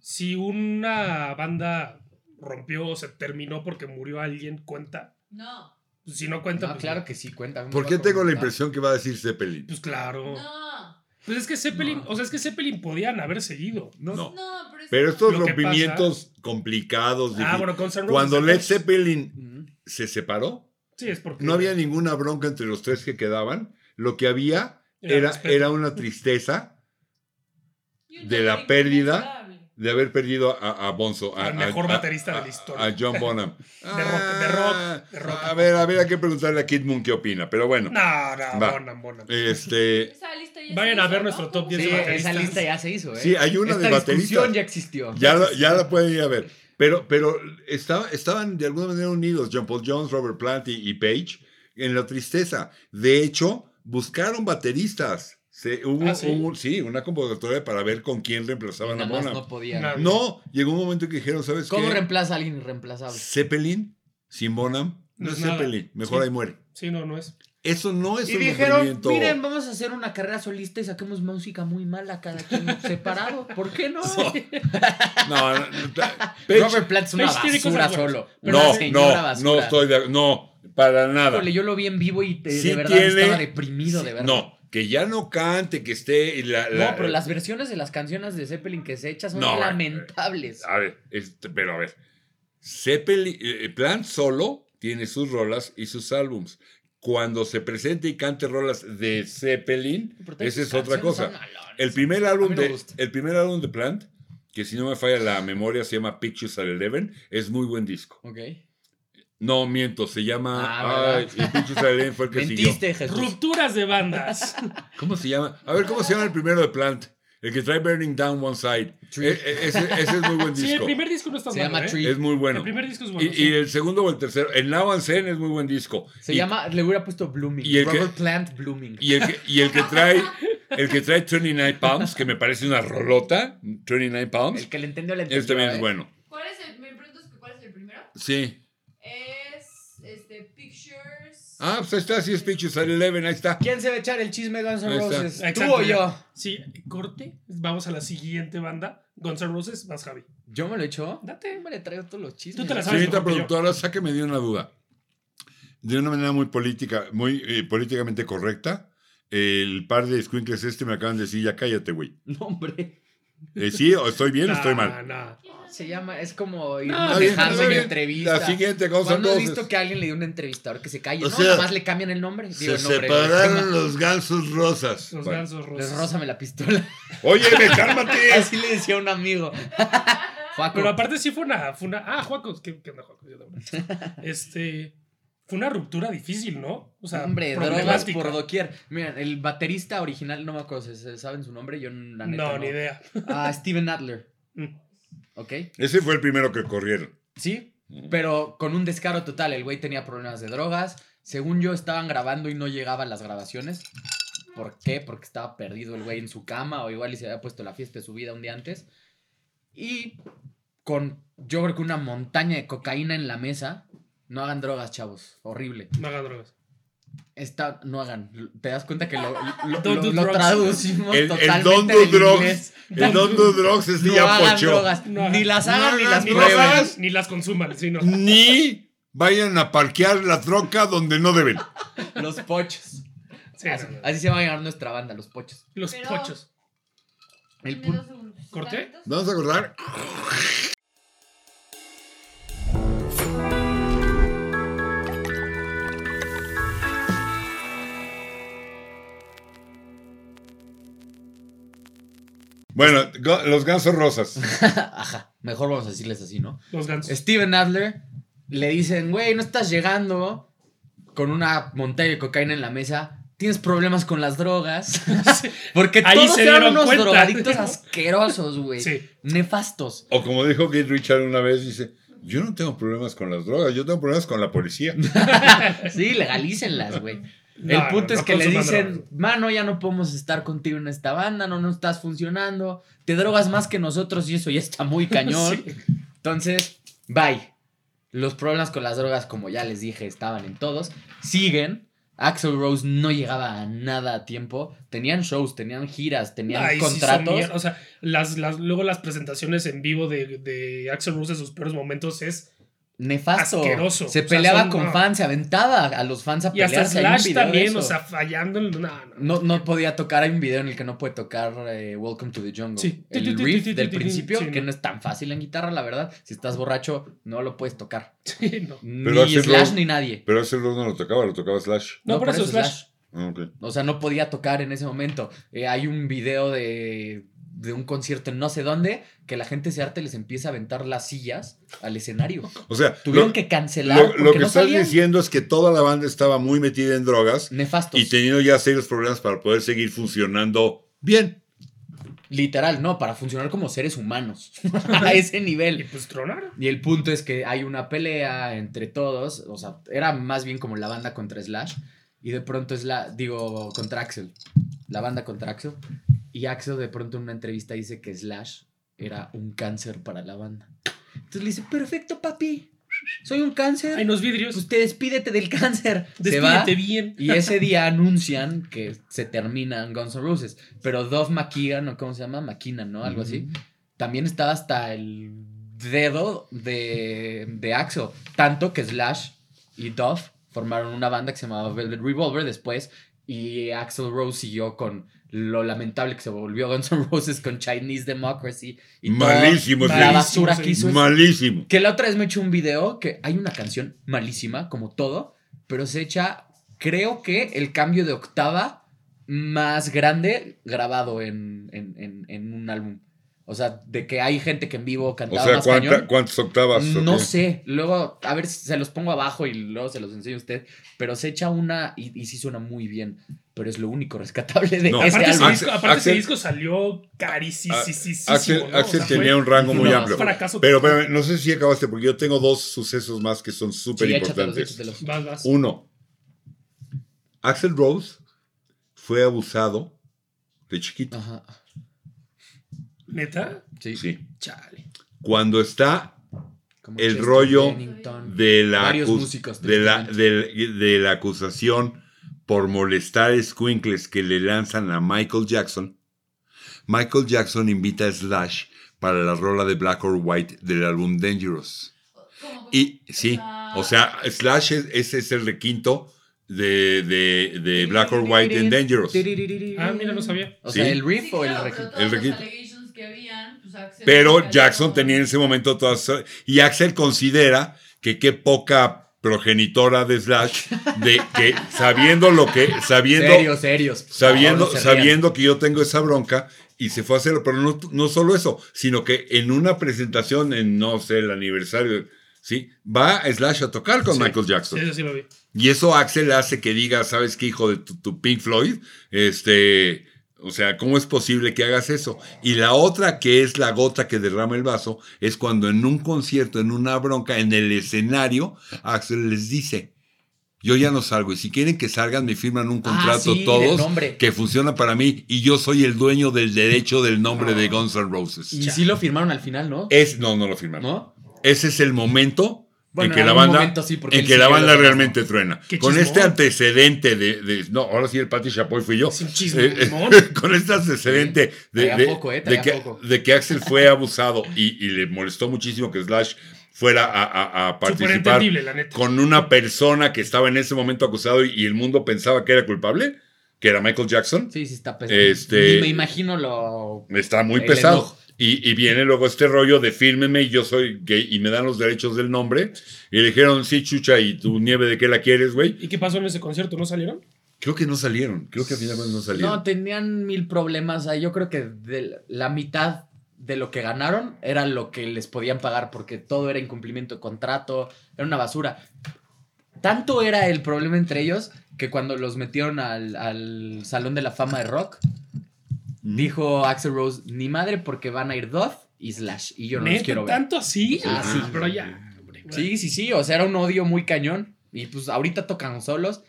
[SPEAKER 3] si una banda rompió o se terminó porque murió alguien, cuenta.
[SPEAKER 4] No,
[SPEAKER 3] Pues, si no cuenta,
[SPEAKER 2] No,
[SPEAKER 3] pues,
[SPEAKER 2] claro que sí, cuéntame.
[SPEAKER 1] ¿Por qué tengo la impresión que va a decir Zeppelin?
[SPEAKER 3] pues claro.
[SPEAKER 4] no,
[SPEAKER 3] Pues es que Zeppelin,
[SPEAKER 2] No.
[SPEAKER 3] o sea, es que Zeppelin podían haber seguido.
[SPEAKER 2] No.
[SPEAKER 1] No.
[SPEAKER 4] no, pero, es
[SPEAKER 1] Pero estos
[SPEAKER 3] Lo que
[SPEAKER 1] rompimientos complicados,
[SPEAKER 3] Ah,
[SPEAKER 1] difíciles.
[SPEAKER 3] bueno, con San
[SPEAKER 1] cuando Led
[SPEAKER 3] Roses-
[SPEAKER 1] Zeppelin
[SPEAKER 2] Ujú.
[SPEAKER 1] se separó,
[SPEAKER 3] Sí, es porque.
[SPEAKER 1] no había ninguna bronca entre los tres que quedaban. Lo que había
[SPEAKER 3] Era
[SPEAKER 1] era,
[SPEAKER 3] respeto.
[SPEAKER 1] era una tristeza
[SPEAKER 4] Yo
[SPEAKER 1] de
[SPEAKER 4] no
[SPEAKER 1] la
[SPEAKER 4] soy
[SPEAKER 1] pérdida.
[SPEAKER 4] inconmensurable.
[SPEAKER 1] de haber perdido a, a Bonzo. A,
[SPEAKER 3] Al
[SPEAKER 1] a-
[SPEAKER 3] mejor
[SPEAKER 1] a-
[SPEAKER 3] baterista de la
[SPEAKER 1] a-
[SPEAKER 3] historia.
[SPEAKER 1] A John Bonham.
[SPEAKER 3] (laughs)
[SPEAKER 1] Ah,
[SPEAKER 3] de rock, de rock.
[SPEAKER 1] A ver, a ver, hay que preguntarle a Kid Moon qué opina, pero bueno.
[SPEAKER 3] No, no,
[SPEAKER 1] Va.
[SPEAKER 3] Bonham, Bonham.
[SPEAKER 1] Este,
[SPEAKER 4] Esa lista ya
[SPEAKER 3] Vayan
[SPEAKER 4] se
[SPEAKER 3] a
[SPEAKER 4] hizo,
[SPEAKER 3] ver
[SPEAKER 4] ¿no?
[SPEAKER 3] nuestro top
[SPEAKER 4] ¿Cómo?
[SPEAKER 3] 10
[SPEAKER 2] Sí,
[SPEAKER 3] de bateristas.
[SPEAKER 2] esa lista ya se hizo, ¿eh?
[SPEAKER 1] sí, hay una
[SPEAKER 2] Esta
[SPEAKER 1] de
[SPEAKER 2] discusión
[SPEAKER 1] bateristas.
[SPEAKER 2] ya existió.
[SPEAKER 1] Ya, la- ya la pueden ir a ver. Pero, pero estaba- estaban de alguna manera unidos, John Paul Jones, Robert Plant y, y Page, en la tristeza. De hecho, buscaron bateristas. Se, hubo,
[SPEAKER 3] Ah, ¿sí?
[SPEAKER 1] hubo- sí, una convocatoria para ver con quién reemplazaban
[SPEAKER 2] Nada
[SPEAKER 1] a
[SPEAKER 2] más
[SPEAKER 1] Bonham.
[SPEAKER 2] no podía.
[SPEAKER 3] Nada.
[SPEAKER 1] No. llegó un momento que dijeron, ¿sabes
[SPEAKER 2] ¿Cómo
[SPEAKER 1] qué?
[SPEAKER 2] reemplaza a alguien irreemplazable?
[SPEAKER 1] Zeppelin, sin Bonham,
[SPEAKER 3] No
[SPEAKER 1] no es
[SPEAKER 3] es nada.
[SPEAKER 1] Zeppelin, mejor
[SPEAKER 3] Sí.
[SPEAKER 1] ahí muere.
[SPEAKER 3] Sí, no, no es.
[SPEAKER 1] Eso no es
[SPEAKER 2] Y
[SPEAKER 1] un
[SPEAKER 2] dijeron,
[SPEAKER 1] movimiento.
[SPEAKER 2] miren, vamos a hacer una carrera solista y saquemos música muy mala cada quien (laughs) separado. ¿Por qué no?
[SPEAKER 1] No, no, no, ta-
[SPEAKER 2] Robert Plant es una
[SPEAKER 3] Page tiene
[SPEAKER 2] basura
[SPEAKER 3] cosas buenas,
[SPEAKER 2] solo.
[SPEAKER 3] pero
[SPEAKER 2] una
[SPEAKER 1] no,
[SPEAKER 2] señora
[SPEAKER 1] no,
[SPEAKER 2] basura.
[SPEAKER 1] no estoy de No, para nada.
[SPEAKER 2] Híjole, yo lo vi en vivo y te-
[SPEAKER 1] Sí
[SPEAKER 2] de verdad
[SPEAKER 1] tiene-
[SPEAKER 2] estaba deprimido, de verdad.
[SPEAKER 1] No, que ya no cante, que esté. La, la-
[SPEAKER 2] No, pero las versiones de las canciones de Zeppelin que se echan son
[SPEAKER 1] No,
[SPEAKER 2] lamentables.
[SPEAKER 1] A ver, este, pero a ver. Zeppelin, eh, Plan solo tiene sus rolas y sus álbums. Cuando se presente y cante rolas de Zeppelin,
[SPEAKER 2] Pero todas
[SPEAKER 1] esa
[SPEAKER 2] esas
[SPEAKER 1] es otra
[SPEAKER 2] canciones
[SPEAKER 1] cosa.
[SPEAKER 2] son malones.
[SPEAKER 1] El primer álbum
[SPEAKER 2] no me
[SPEAKER 1] de
[SPEAKER 2] gusta.
[SPEAKER 1] el primer álbum de Plant, que si no me falla la memoria se llama Pictures at Eleven, es muy buen disco.
[SPEAKER 2] Ok.
[SPEAKER 1] No miento, se llama
[SPEAKER 2] Ah,
[SPEAKER 1] ay, y Pictures at Eleven fue el que
[SPEAKER 2] (laughs)
[SPEAKER 1] siguió.
[SPEAKER 2] Mentiste, Jesús.
[SPEAKER 3] Rupturas
[SPEAKER 1] (laughs)
[SPEAKER 3] de bandas.
[SPEAKER 1] ¿Cómo se llama? A ver, ¿cómo se llama el primero de Plant? El que trae Burning Down One Side.
[SPEAKER 2] Tree.
[SPEAKER 1] E- e- ese, ese es muy buen disco.
[SPEAKER 3] (laughs) sí, el primer disco no está
[SPEAKER 2] Se
[SPEAKER 3] malo,
[SPEAKER 2] llama
[SPEAKER 3] ¿eh?
[SPEAKER 2] Tree.
[SPEAKER 1] Es muy bueno.
[SPEAKER 3] El primer disco es
[SPEAKER 1] Y,
[SPEAKER 3] bueno.
[SPEAKER 1] y
[SPEAKER 3] sí.
[SPEAKER 1] el segundo o el tercero, el Now and Zen es muy buen disco.
[SPEAKER 2] Se
[SPEAKER 1] Y-
[SPEAKER 2] llama, le hubiera puesto Blooming.
[SPEAKER 1] y el que-
[SPEAKER 2] Robert Plant Blooming.
[SPEAKER 1] Y el que, y el que trae el que trae 29 Pounds, que me parece una rolota, 29 Pounds,
[SPEAKER 2] el que le entendió, le entendió.
[SPEAKER 1] ese Este también
[SPEAKER 2] ¿eh?
[SPEAKER 1] es bueno.
[SPEAKER 4] ¿Cuál es el, me preguntas que cuál es el primero?
[SPEAKER 1] Sí.
[SPEAKER 4] Es este Pictures.
[SPEAKER 1] Ah, pues ahí está, sí es Pictures at Eleven, ahí está.
[SPEAKER 2] ¿Quién se va a echar el chisme de Guns N'
[SPEAKER 1] Ahí está.
[SPEAKER 2] Roses? ¿Tú
[SPEAKER 3] Exacto,
[SPEAKER 2] o
[SPEAKER 3] ya.
[SPEAKER 2] yo?
[SPEAKER 3] Sí, corte. Vamos a la siguiente banda. Guns N' Roses más Javi.
[SPEAKER 2] ¿Yo me lo echo?
[SPEAKER 3] Date.
[SPEAKER 2] Me le traigo todos los chismes.
[SPEAKER 3] Tú te las sabes.
[SPEAKER 1] Señorita
[SPEAKER 3] mejor que yo.
[SPEAKER 1] productora, sáqueme de una duda. De una manera muy política, muy eh, políticamente correcta, el par de squinkles este me acaban de decir, ya cállate, güey.
[SPEAKER 2] (laughs) No, hombre.
[SPEAKER 1] Eh, ¿Sí? ¿O estoy bien o
[SPEAKER 3] Nah,
[SPEAKER 1] estoy mal?
[SPEAKER 3] nah.
[SPEAKER 2] Se
[SPEAKER 4] (laughs)
[SPEAKER 2] llama, es como ir
[SPEAKER 3] No,
[SPEAKER 1] Está bien,
[SPEAKER 2] manejando
[SPEAKER 1] está
[SPEAKER 2] una
[SPEAKER 1] bien.
[SPEAKER 2] entrevista.
[SPEAKER 1] La siguiente cosa,
[SPEAKER 2] ¿Cuándo has
[SPEAKER 1] entonces.
[SPEAKER 2] visto que alguien le dio un entrevistador que se calle?
[SPEAKER 1] O
[SPEAKER 2] no,
[SPEAKER 1] sea,
[SPEAKER 2] nada más le cambian el nombre. Digo,
[SPEAKER 1] Se
[SPEAKER 2] el nombre, (laughs)
[SPEAKER 1] separaron
[SPEAKER 2] los...
[SPEAKER 1] los gansos rosas.
[SPEAKER 3] Los
[SPEAKER 1] Bueno.
[SPEAKER 3] Gansos
[SPEAKER 2] Les
[SPEAKER 3] Roses.
[SPEAKER 2] rózame la pistola. (laughs)
[SPEAKER 1] Oye, me cálmate.
[SPEAKER 2] Así le decía un amigo. Joaco.
[SPEAKER 3] Pero aparte sí fue una. Fue una ah, Juaco. ¿Qué, qué onda, Juaco? Yo
[SPEAKER 2] (laughs)
[SPEAKER 3] también. Este. Fue una ruptura difícil, ¿no? O sea,
[SPEAKER 2] Hombre, drogas
[SPEAKER 3] problemática.
[SPEAKER 2] por doquier. Miren, el baterista original, no me acuerdo, ¿se- ¿se ¿saben su nombre? Yo, la neta,
[SPEAKER 3] No, ni idea.
[SPEAKER 2] Ah, Steven Adler.
[SPEAKER 3] Mm.
[SPEAKER 2] ¿Ok?
[SPEAKER 1] Ese fue el primero que corrieron.
[SPEAKER 2] Sí, pero con un descaro total. El güey tenía problemas de drogas. Según yo, estaban grabando y no llegaban las grabaciones. ¿Por qué? Porque estaba perdido el güey en su cama o igual y se había puesto la fiesta de su vida un día antes. Y con, yo creo que una montaña de cocaína en la mesa. No hagan drogas, chavos. Horrible.
[SPEAKER 3] No hagan drogas.
[SPEAKER 2] Está, no hagan. Te das cuenta que lo,
[SPEAKER 3] (laughs)
[SPEAKER 2] lo,
[SPEAKER 3] Don't
[SPEAKER 2] lo-
[SPEAKER 3] do
[SPEAKER 2] lo
[SPEAKER 3] drugs.
[SPEAKER 2] traducimos
[SPEAKER 1] El- el
[SPEAKER 2] totalmente
[SPEAKER 1] don't do
[SPEAKER 2] del
[SPEAKER 1] drugs.
[SPEAKER 2] inglés.
[SPEAKER 1] El Don Do Drugs es
[SPEAKER 2] No
[SPEAKER 1] ya
[SPEAKER 2] hagan
[SPEAKER 1] pocho.
[SPEAKER 2] drogas.
[SPEAKER 3] No hagan.
[SPEAKER 2] Ni las
[SPEAKER 1] No
[SPEAKER 2] hagan ni
[SPEAKER 1] hagan
[SPEAKER 2] las
[SPEAKER 3] Ni
[SPEAKER 1] drogas.
[SPEAKER 3] las
[SPEAKER 1] Prueben.
[SPEAKER 2] prueben.
[SPEAKER 3] hagan, ni las consuman,
[SPEAKER 2] (laughs)
[SPEAKER 3] sí, no.
[SPEAKER 1] Ni vayan a parquear la troca donde no deben.
[SPEAKER 2] Los pochos.
[SPEAKER 3] Sí,
[SPEAKER 2] así,
[SPEAKER 3] no, no.
[SPEAKER 2] así se va a llamar nuestra banda, los pochos.
[SPEAKER 3] Los
[SPEAKER 4] Pero-
[SPEAKER 3] pochos.
[SPEAKER 2] El
[SPEAKER 4] Dime
[SPEAKER 2] punto.
[SPEAKER 4] dos segundos.
[SPEAKER 3] ¿Corté?
[SPEAKER 4] ¿Tantos?
[SPEAKER 1] Vamos a acordar. Bueno, go- los gansos rosas.
[SPEAKER 2] Ajá, mejor vamos a decirles así, ¿no?
[SPEAKER 3] Los gansos.
[SPEAKER 2] Steven Adler le dicen, güey, no estás llegando con una montaña de cocaína en la mesa. Tienes problemas con las
[SPEAKER 3] (laughs)
[SPEAKER 2] drogas. Porque
[SPEAKER 3] Ahí
[SPEAKER 2] todos
[SPEAKER 3] se
[SPEAKER 2] eran
[SPEAKER 3] dieron
[SPEAKER 2] unos
[SPEAKER 3] cuenta.
[SPEAKER 2] drogadictos asquerosos, güey.
[SPEAKER 3] Sí.
[SPEAKER 2] Nefastos.
[SPEAKER 1] O como dijo Keith Richard una vez, dice, Yo no tengo problemas con las drogas, yo tengo problemas con la
[SPEAKER 2] (laughs)
[SPEAKER 1] policía.
[SPEAKER 2] Sí, legalícenlas, güey.
[SPEAKER 3] No,
[SPEAKER 2] el punto
[SPEAKER 3] no,
[SPEAKER 2] es
[SPEAKER 3] no
[SPEAKER 2] que le
[SPEAKER 3] consuman
[SPEAKER 2] dicen,
[SPEAKER 3] drogas.
[SPEAKER 2] mano, ya no podemos estar contigo en esta banda, no, no estás funcionando, te drogas más que nosotros y eso ya está
[SPEAKER 3] (laughs)
[SPEAKER 2] muy cañón.
[SPEAKER 3] Sí.
[SPEAKER 2] Entonces, bye. Los problemas con las drogas, como ya les dije, estaban en todos. Siguen. Axel Rose no llegaba a nada a tiempo. Tenían shows, tenían giras, tenían
[SPEAKER 3] Ay, sí, son
[SPEAKER 2] contratos.
[SPEAKER 3] mier- o sea, las, las, luego las presentaciones en vivo de, de Axel Rose en sus peores momentos es.
[SPEAKER 2] Nefasto.
[SPEAKER 3] Asqueroso.
[SPEAKER 2] Se
[SPEAKER 3] O sea,
[SPEAKER 2] peleaba
[SPEAKER 3] son-
[SPEAKER 2] con
[SPEAKER 3] no.
[SPEAKER 2] fans, se aventaba a los fans a
[SPEAKER 3] Y hasta
[SPEAKER 2] pelearse. Hay un
[SPEAKER 3] Slash
[SPEAKER 2] video de
[SPEAKER 3] también,
[SPEAKER 2] eso.
[SPEAKER 3] o sea, fallando. en- No, no.
[SPEAKER 2] No, no podía tocar, hay un video en el que no puede tocar eh, Welcome to the Jungle.
[SPEAKER 3] Sí. Ti,
[SPEAKER 2] El
[SPEAKER 3] ti, ti,
[SPEAKER 2] riff
[SPEAKER 3] ti, ti,
[SPEAKER 2] del
[SPEAKER 3] ti, ti,
[SPEAKER 2] principio,
[SPEAKER 3] sí,
[SPEAKER 2] que
[SPEAKER 3] no.
[SPEAKER 2] no es tan fácil en guitarra, la verdad. Si estás borracho, no lo puedes tocar.
[SPEAKER 3] (laughs) Sí, no.
[SPEAKER 1] Pero
[SPEAKER 2] ni
[SPEAKER 1] hacerlo-
[SPEAKER 2] Slash ni nadie.
[SPEAKER 1] Pero ese Rose no lo tocaba, lo tocaba Slash.
[SPEAKER 3] No, por eso Slash.
[SPEAKER 1] Ah, ok.
[SPEAKER 2] O sea, no podía tocar en ese momento. Eh, hay un video de, de un concierto en no sé dónde que la gente se arte les empieza a aventar las sillas al escenario.
[SPEAKER 1] O sea,
[SPEAKER 2] Tuvieron
[SPEAKER 1] lo-
[SPEAKER 2] que
[SPEAKER 1] lo,
[SPEAKER 2] cancelar
[SPEAKER 1] lo
[SPEAKER 2] porque
[SPEAKER 1] que
[SPEAKER 2] no
[SPEAKER 1] estás
[SPEAKER 2] salían
[SPEAKER 1] diciendo es que toda la banda estaba muy metida en drogas
[SPEAKER 2] nefastos.
[SPEAKER 1] y teniendo ya serios problemas para poder seguir funcionando bien.
[SPEAKER 2] Literal, no, para funcionar como seres humanos. (laughs) a ese nivel.
[SPEAKER 3] Y pues tronaron.
[SPEAKER 2] Y el punto es que hay una pelea entre todos, o sea, era más bien como la banda contra Slash, y de pronto es la, digo, contra Axel, la banda contra Axel, y Axel de pronto en una entrevista dice que Slash era un cáncer para la banda. Entonces le dice, perfecto papi, soy un cáncer,
[SPEAKER 3] Ay, los vidrios.
[SPEAKER 2] pues te despídete del cáncer. Se va,
[SPEAKER 3] Despídete bien.
[SPEAKER 2] y ese día anuncian que se terminan Guns N' Roses, pero Dove McKeegan, o cómo se llama, McKinnon, ¿no? Algo así también estaba hasta el dedo de, de Axel. Tanto que Slash y Duff formaron una banda que se llamaba Velvet Revolver después. Y Axel Rose siguió con lo lamentable que se volvió Guns N' Roses con Chinese Democracy. Y toda
[SPEAKER 1] Malísimo,
[SPEAKER 2] La
[SPEAKER 3] sí.
[SPEAKER 2] basura que
[SPEAKER 3] Malísimo,
[SPEAKER 2] hizo.
[SPEAKER 1] Malísimo.
[SPEAKER 2] Que la otra vez me echó un video que hay una canción malísima, como todo, pero se echa, creo que el cambio de octava más grande grabado en, en- en- en un álbum. O sea, de que hay gente que en vivo
[SPEAKER 1] O
[SPEAKER 2] cantaba
[SPEAKER 1] sea,
[SPEAKER 2] más
[SPEAKER 1] ¿cuánta-
[SPEAKER 2] cañón.
[SPEAKER 1] ¿cuántas octavas? o
[SPEAKER 2] No
[SPEAKER 1] qué?
[SPEAKER 2] sé, luego, a ver, se los pongo abajo y luego se los enseño a usted, pero se echa una y, y sí suena muy bien, pero es lo único rescatable de
[SPEAKER 1] No,
[SPEAKER 2] ese
[SPEAKER 3] Aparte, ese
[SPEAKER 2] álbum.
[SPEAKER 1] Axel-
[SPEAKER 3] disco, aparte ese
[SPEAKER 1] Axel-
[SPEAKER 3] disco salió carísimo.
[SPEAKER 1] Axel, Axel tenía un rango muy
[SPEAKER 2] no,
[SPEAKER 1] amplio.
[SPEAKER 3] un fracaso.
[SPEAKER 1] Pero espérame, no sé si acabaste, porque yo tengo dos sucesos más que son súper
[SPEAKER 2] Sí, échatelos,
[SPEAKER 1] importantes.
[SPEAKER 2] échatelos.
[SPEAKER 3] Vas, vas.
[SPEAKER 1] Uno, Axel Rose fue abusado de chiquito.
[SPEAKER 2] Ajá,
[SPEAKER 3] ¿Neta?
[SPEAKER 2] sí.
[SPEAKER 1] Sí.
[SPEAKER 3] Chale.
[SPEAKER 1] Cuando está
[SPEAKER 2] Como
[SPEAKER 1] El
[SPEAKER 2] Chester
[SPEAKER 1] rollo
[SPEAKER 2] Bennington.
[SPEAKER 1] de la,
[SPEAKER 2] Varios
[SPEAKER 1] acus-
[SPEAKER 2] músicos,
[SPEAKER 1] de, la,
[SPEAKER 2] tristemente.
[SPEAKER 1] del- de la acusación por molestar escuincles que le lanzan a Michael Jackson, Michael Jackson invita a Slash para la rola de Black or White del álbum Dangerous.
[SPEAKER 4] ¿Cómo? Ah.
[SPEAKER 1] Y sí, o sea, Slash es, ese es el requinto de, de, de Black or White en Dangerous.
[SPEAKER 3] Ah, mira, no sabía.
[SPEAKER 2] O
[SPEAKER 1] Sí.
[SPEAKER 2] sea, el riff
[SPEAKER 4] Sí,
[SPEAKER 2] o el
[SPEAKER 4] claro,
[SPEAKER 2] registro.
[SPEAKER 4] pero todas
[SPEAKER 1] El
[SPEAKER 4] las
[SPEAKER 1] requinto.
[SPEAKER 4] allegations que habían, pues, Axel
[SPEAKER 1] Pero
[SPEAKER 4] cayó.
[SPEAKER 1] Jackson tenía en ese momento todas. Y Axel considera que qué poca progenitora de Slash, de que sabiendo lo que, sabiendo,
[SPEAKER 2] (laughs) Serios, serios. por favor,
[SPEAKER 1] sabiendo,
[SPEAKER 2] no se rían.
[SPEAKER 1] sabiendo que yo tengo esa bronca, y se fue a hacerlo. Pero no, no solo eso, sino que en una presentación, en no sé, el aniversario, ¿sí? Va Slash a tocar con
[SPEAKER 3] Sí.
[SPEAKER 1] Michael
[SPEAKER 3] Sí,
[SPEAKER 1] Jackson.
[SPEAKER 3] eso sí lo vi.
[SPEAKER 1] Y eso Axel hace que diga, ¿sabes qué, hijo de tu, tu Pink Floyd? Este, o sea, ¿cómo es posible que hagas eso? Y la otra, que es la gota que derrama el vaso, es cuando en un concierto, en una bronca, en el escenario, Axel les dice, yo ya no salgo, y si quieren que salgan, me firman un
[SPEAKER 2] Ah,
[SPEAKER 1] contrato
[SPEAKER 2] sí, del
[SPEAKER 1] todos
[SPEAKER 2] nombre.
[SPEAKER 1] que funciona para mí, y yo soy el dueño del derecho del nombre de Guns N' Roses.
[SPEAKER 2] Y sí lo firmaron al final, ¿no?
[SPEAKER 1] Es, no, no lo firmaron.
[SPEAKER 2] ¿No?
[SPEAKER 1] Ese es el momento en que la
[SPEAKER 2] algún
[SPEAKER 1] banda
[SPEAKER 2] momento sí, porque
[SPEAKER 1] en
[SPEAKER 2] él
[SPEAKER 1] que
[SPEAKER 2] sí
[SPEAKER 1] la
[SPEAKER 2] quiere
[SPEAKER 1] banda
[SPEAKER 2] lo que
[SPEAKER 1] realmente truena.
[SPEAKER 3] Qué
[SPEAKER 1] Con
[SPEAKER 3] chismón.
[SPEAKER 1] este antecedente de, de- No, ahora sí el Pati Chapoy fui yo.
[SPEAKER 3] Es un
[SPEAKER 1] Eh, eh,
[SPEAKER 3] chismón.
[SPEAKER 1] (laughs) con este antecedente de,
[SPEAKER 2] Traía
[SPEAKER 1] de-
[SPEAKER 2] poco, eh,
[SPEAKER 1] de
[SPEAKER 2] traía
[SPEAKER 1] que,
[SPEAKER 2] poco.
[SPEAKER 1] de que Axel fue abusado y, y le molestó muchísimo que Slash fuera a, a- a
[SPEAKER 3] Súper
[SPEAKER 1] participar
[SPEAKER 3] entendible, la neta.
[SPEAKER 1] con una persona que estaba en ese momento acusado y, y el mundo pensaba que era culpable, que era Michael Jackson.
[SPEAKER 2] Sí, sí está pesado.
[SPEAKER 1] Este-
[SPEAKER 2] Ni me imagino lo.
[SPEAKER 1] Está muy
[SPEAKER 2] El
[SPEAKER 1] pesado.
[SPEAKER 2] enojo.
[SPEAKER 1] Y, y viene luego este rollo de fírmeme y yo soy gay y me dan los derechos del nombre. Y le dijeron, sí, chucha, ¿y tu nieve de qué la quieres, güey?
[SPEAKER 3] ¿Y qué pasó en ese concierto? ¿No salieron?
[SPEAKER 1] Creo que no salieron. Creo que finalmente no salieron.
[SPEAKER 2] No, tenían mil problemas. ahí. Yo creo que de la mitad de lo que ganaron era lo que les podían pagar porque todo era incumplimiento de contrato, era una basura. Tanto era el problema entre ellos que cuando los metieron al, al Salón de la Fama de Rock, dijo Axel Rose, ni madre porque van a ir Duff y Slash y yo no los
[SPEAKER 3] ¿Neta?
[SPEAKER 2] quiero ver.
[SPEAKER 3] ¿Tanto
[SPEAKER 1] Sí,
[SPEAKER 3] así?
[SPEAKER 1] sí,
[SPEAKER 3] Así,
[SPEAKER 1] sí,
[SPEAKER 3] pero
[SPEAKER 1] sí.
[SPEAKER 3] ya.
[SPEAKER 2] Sí, sí, sí, o sea, era un odio muy cañón. Y pues ahorita tocan solos,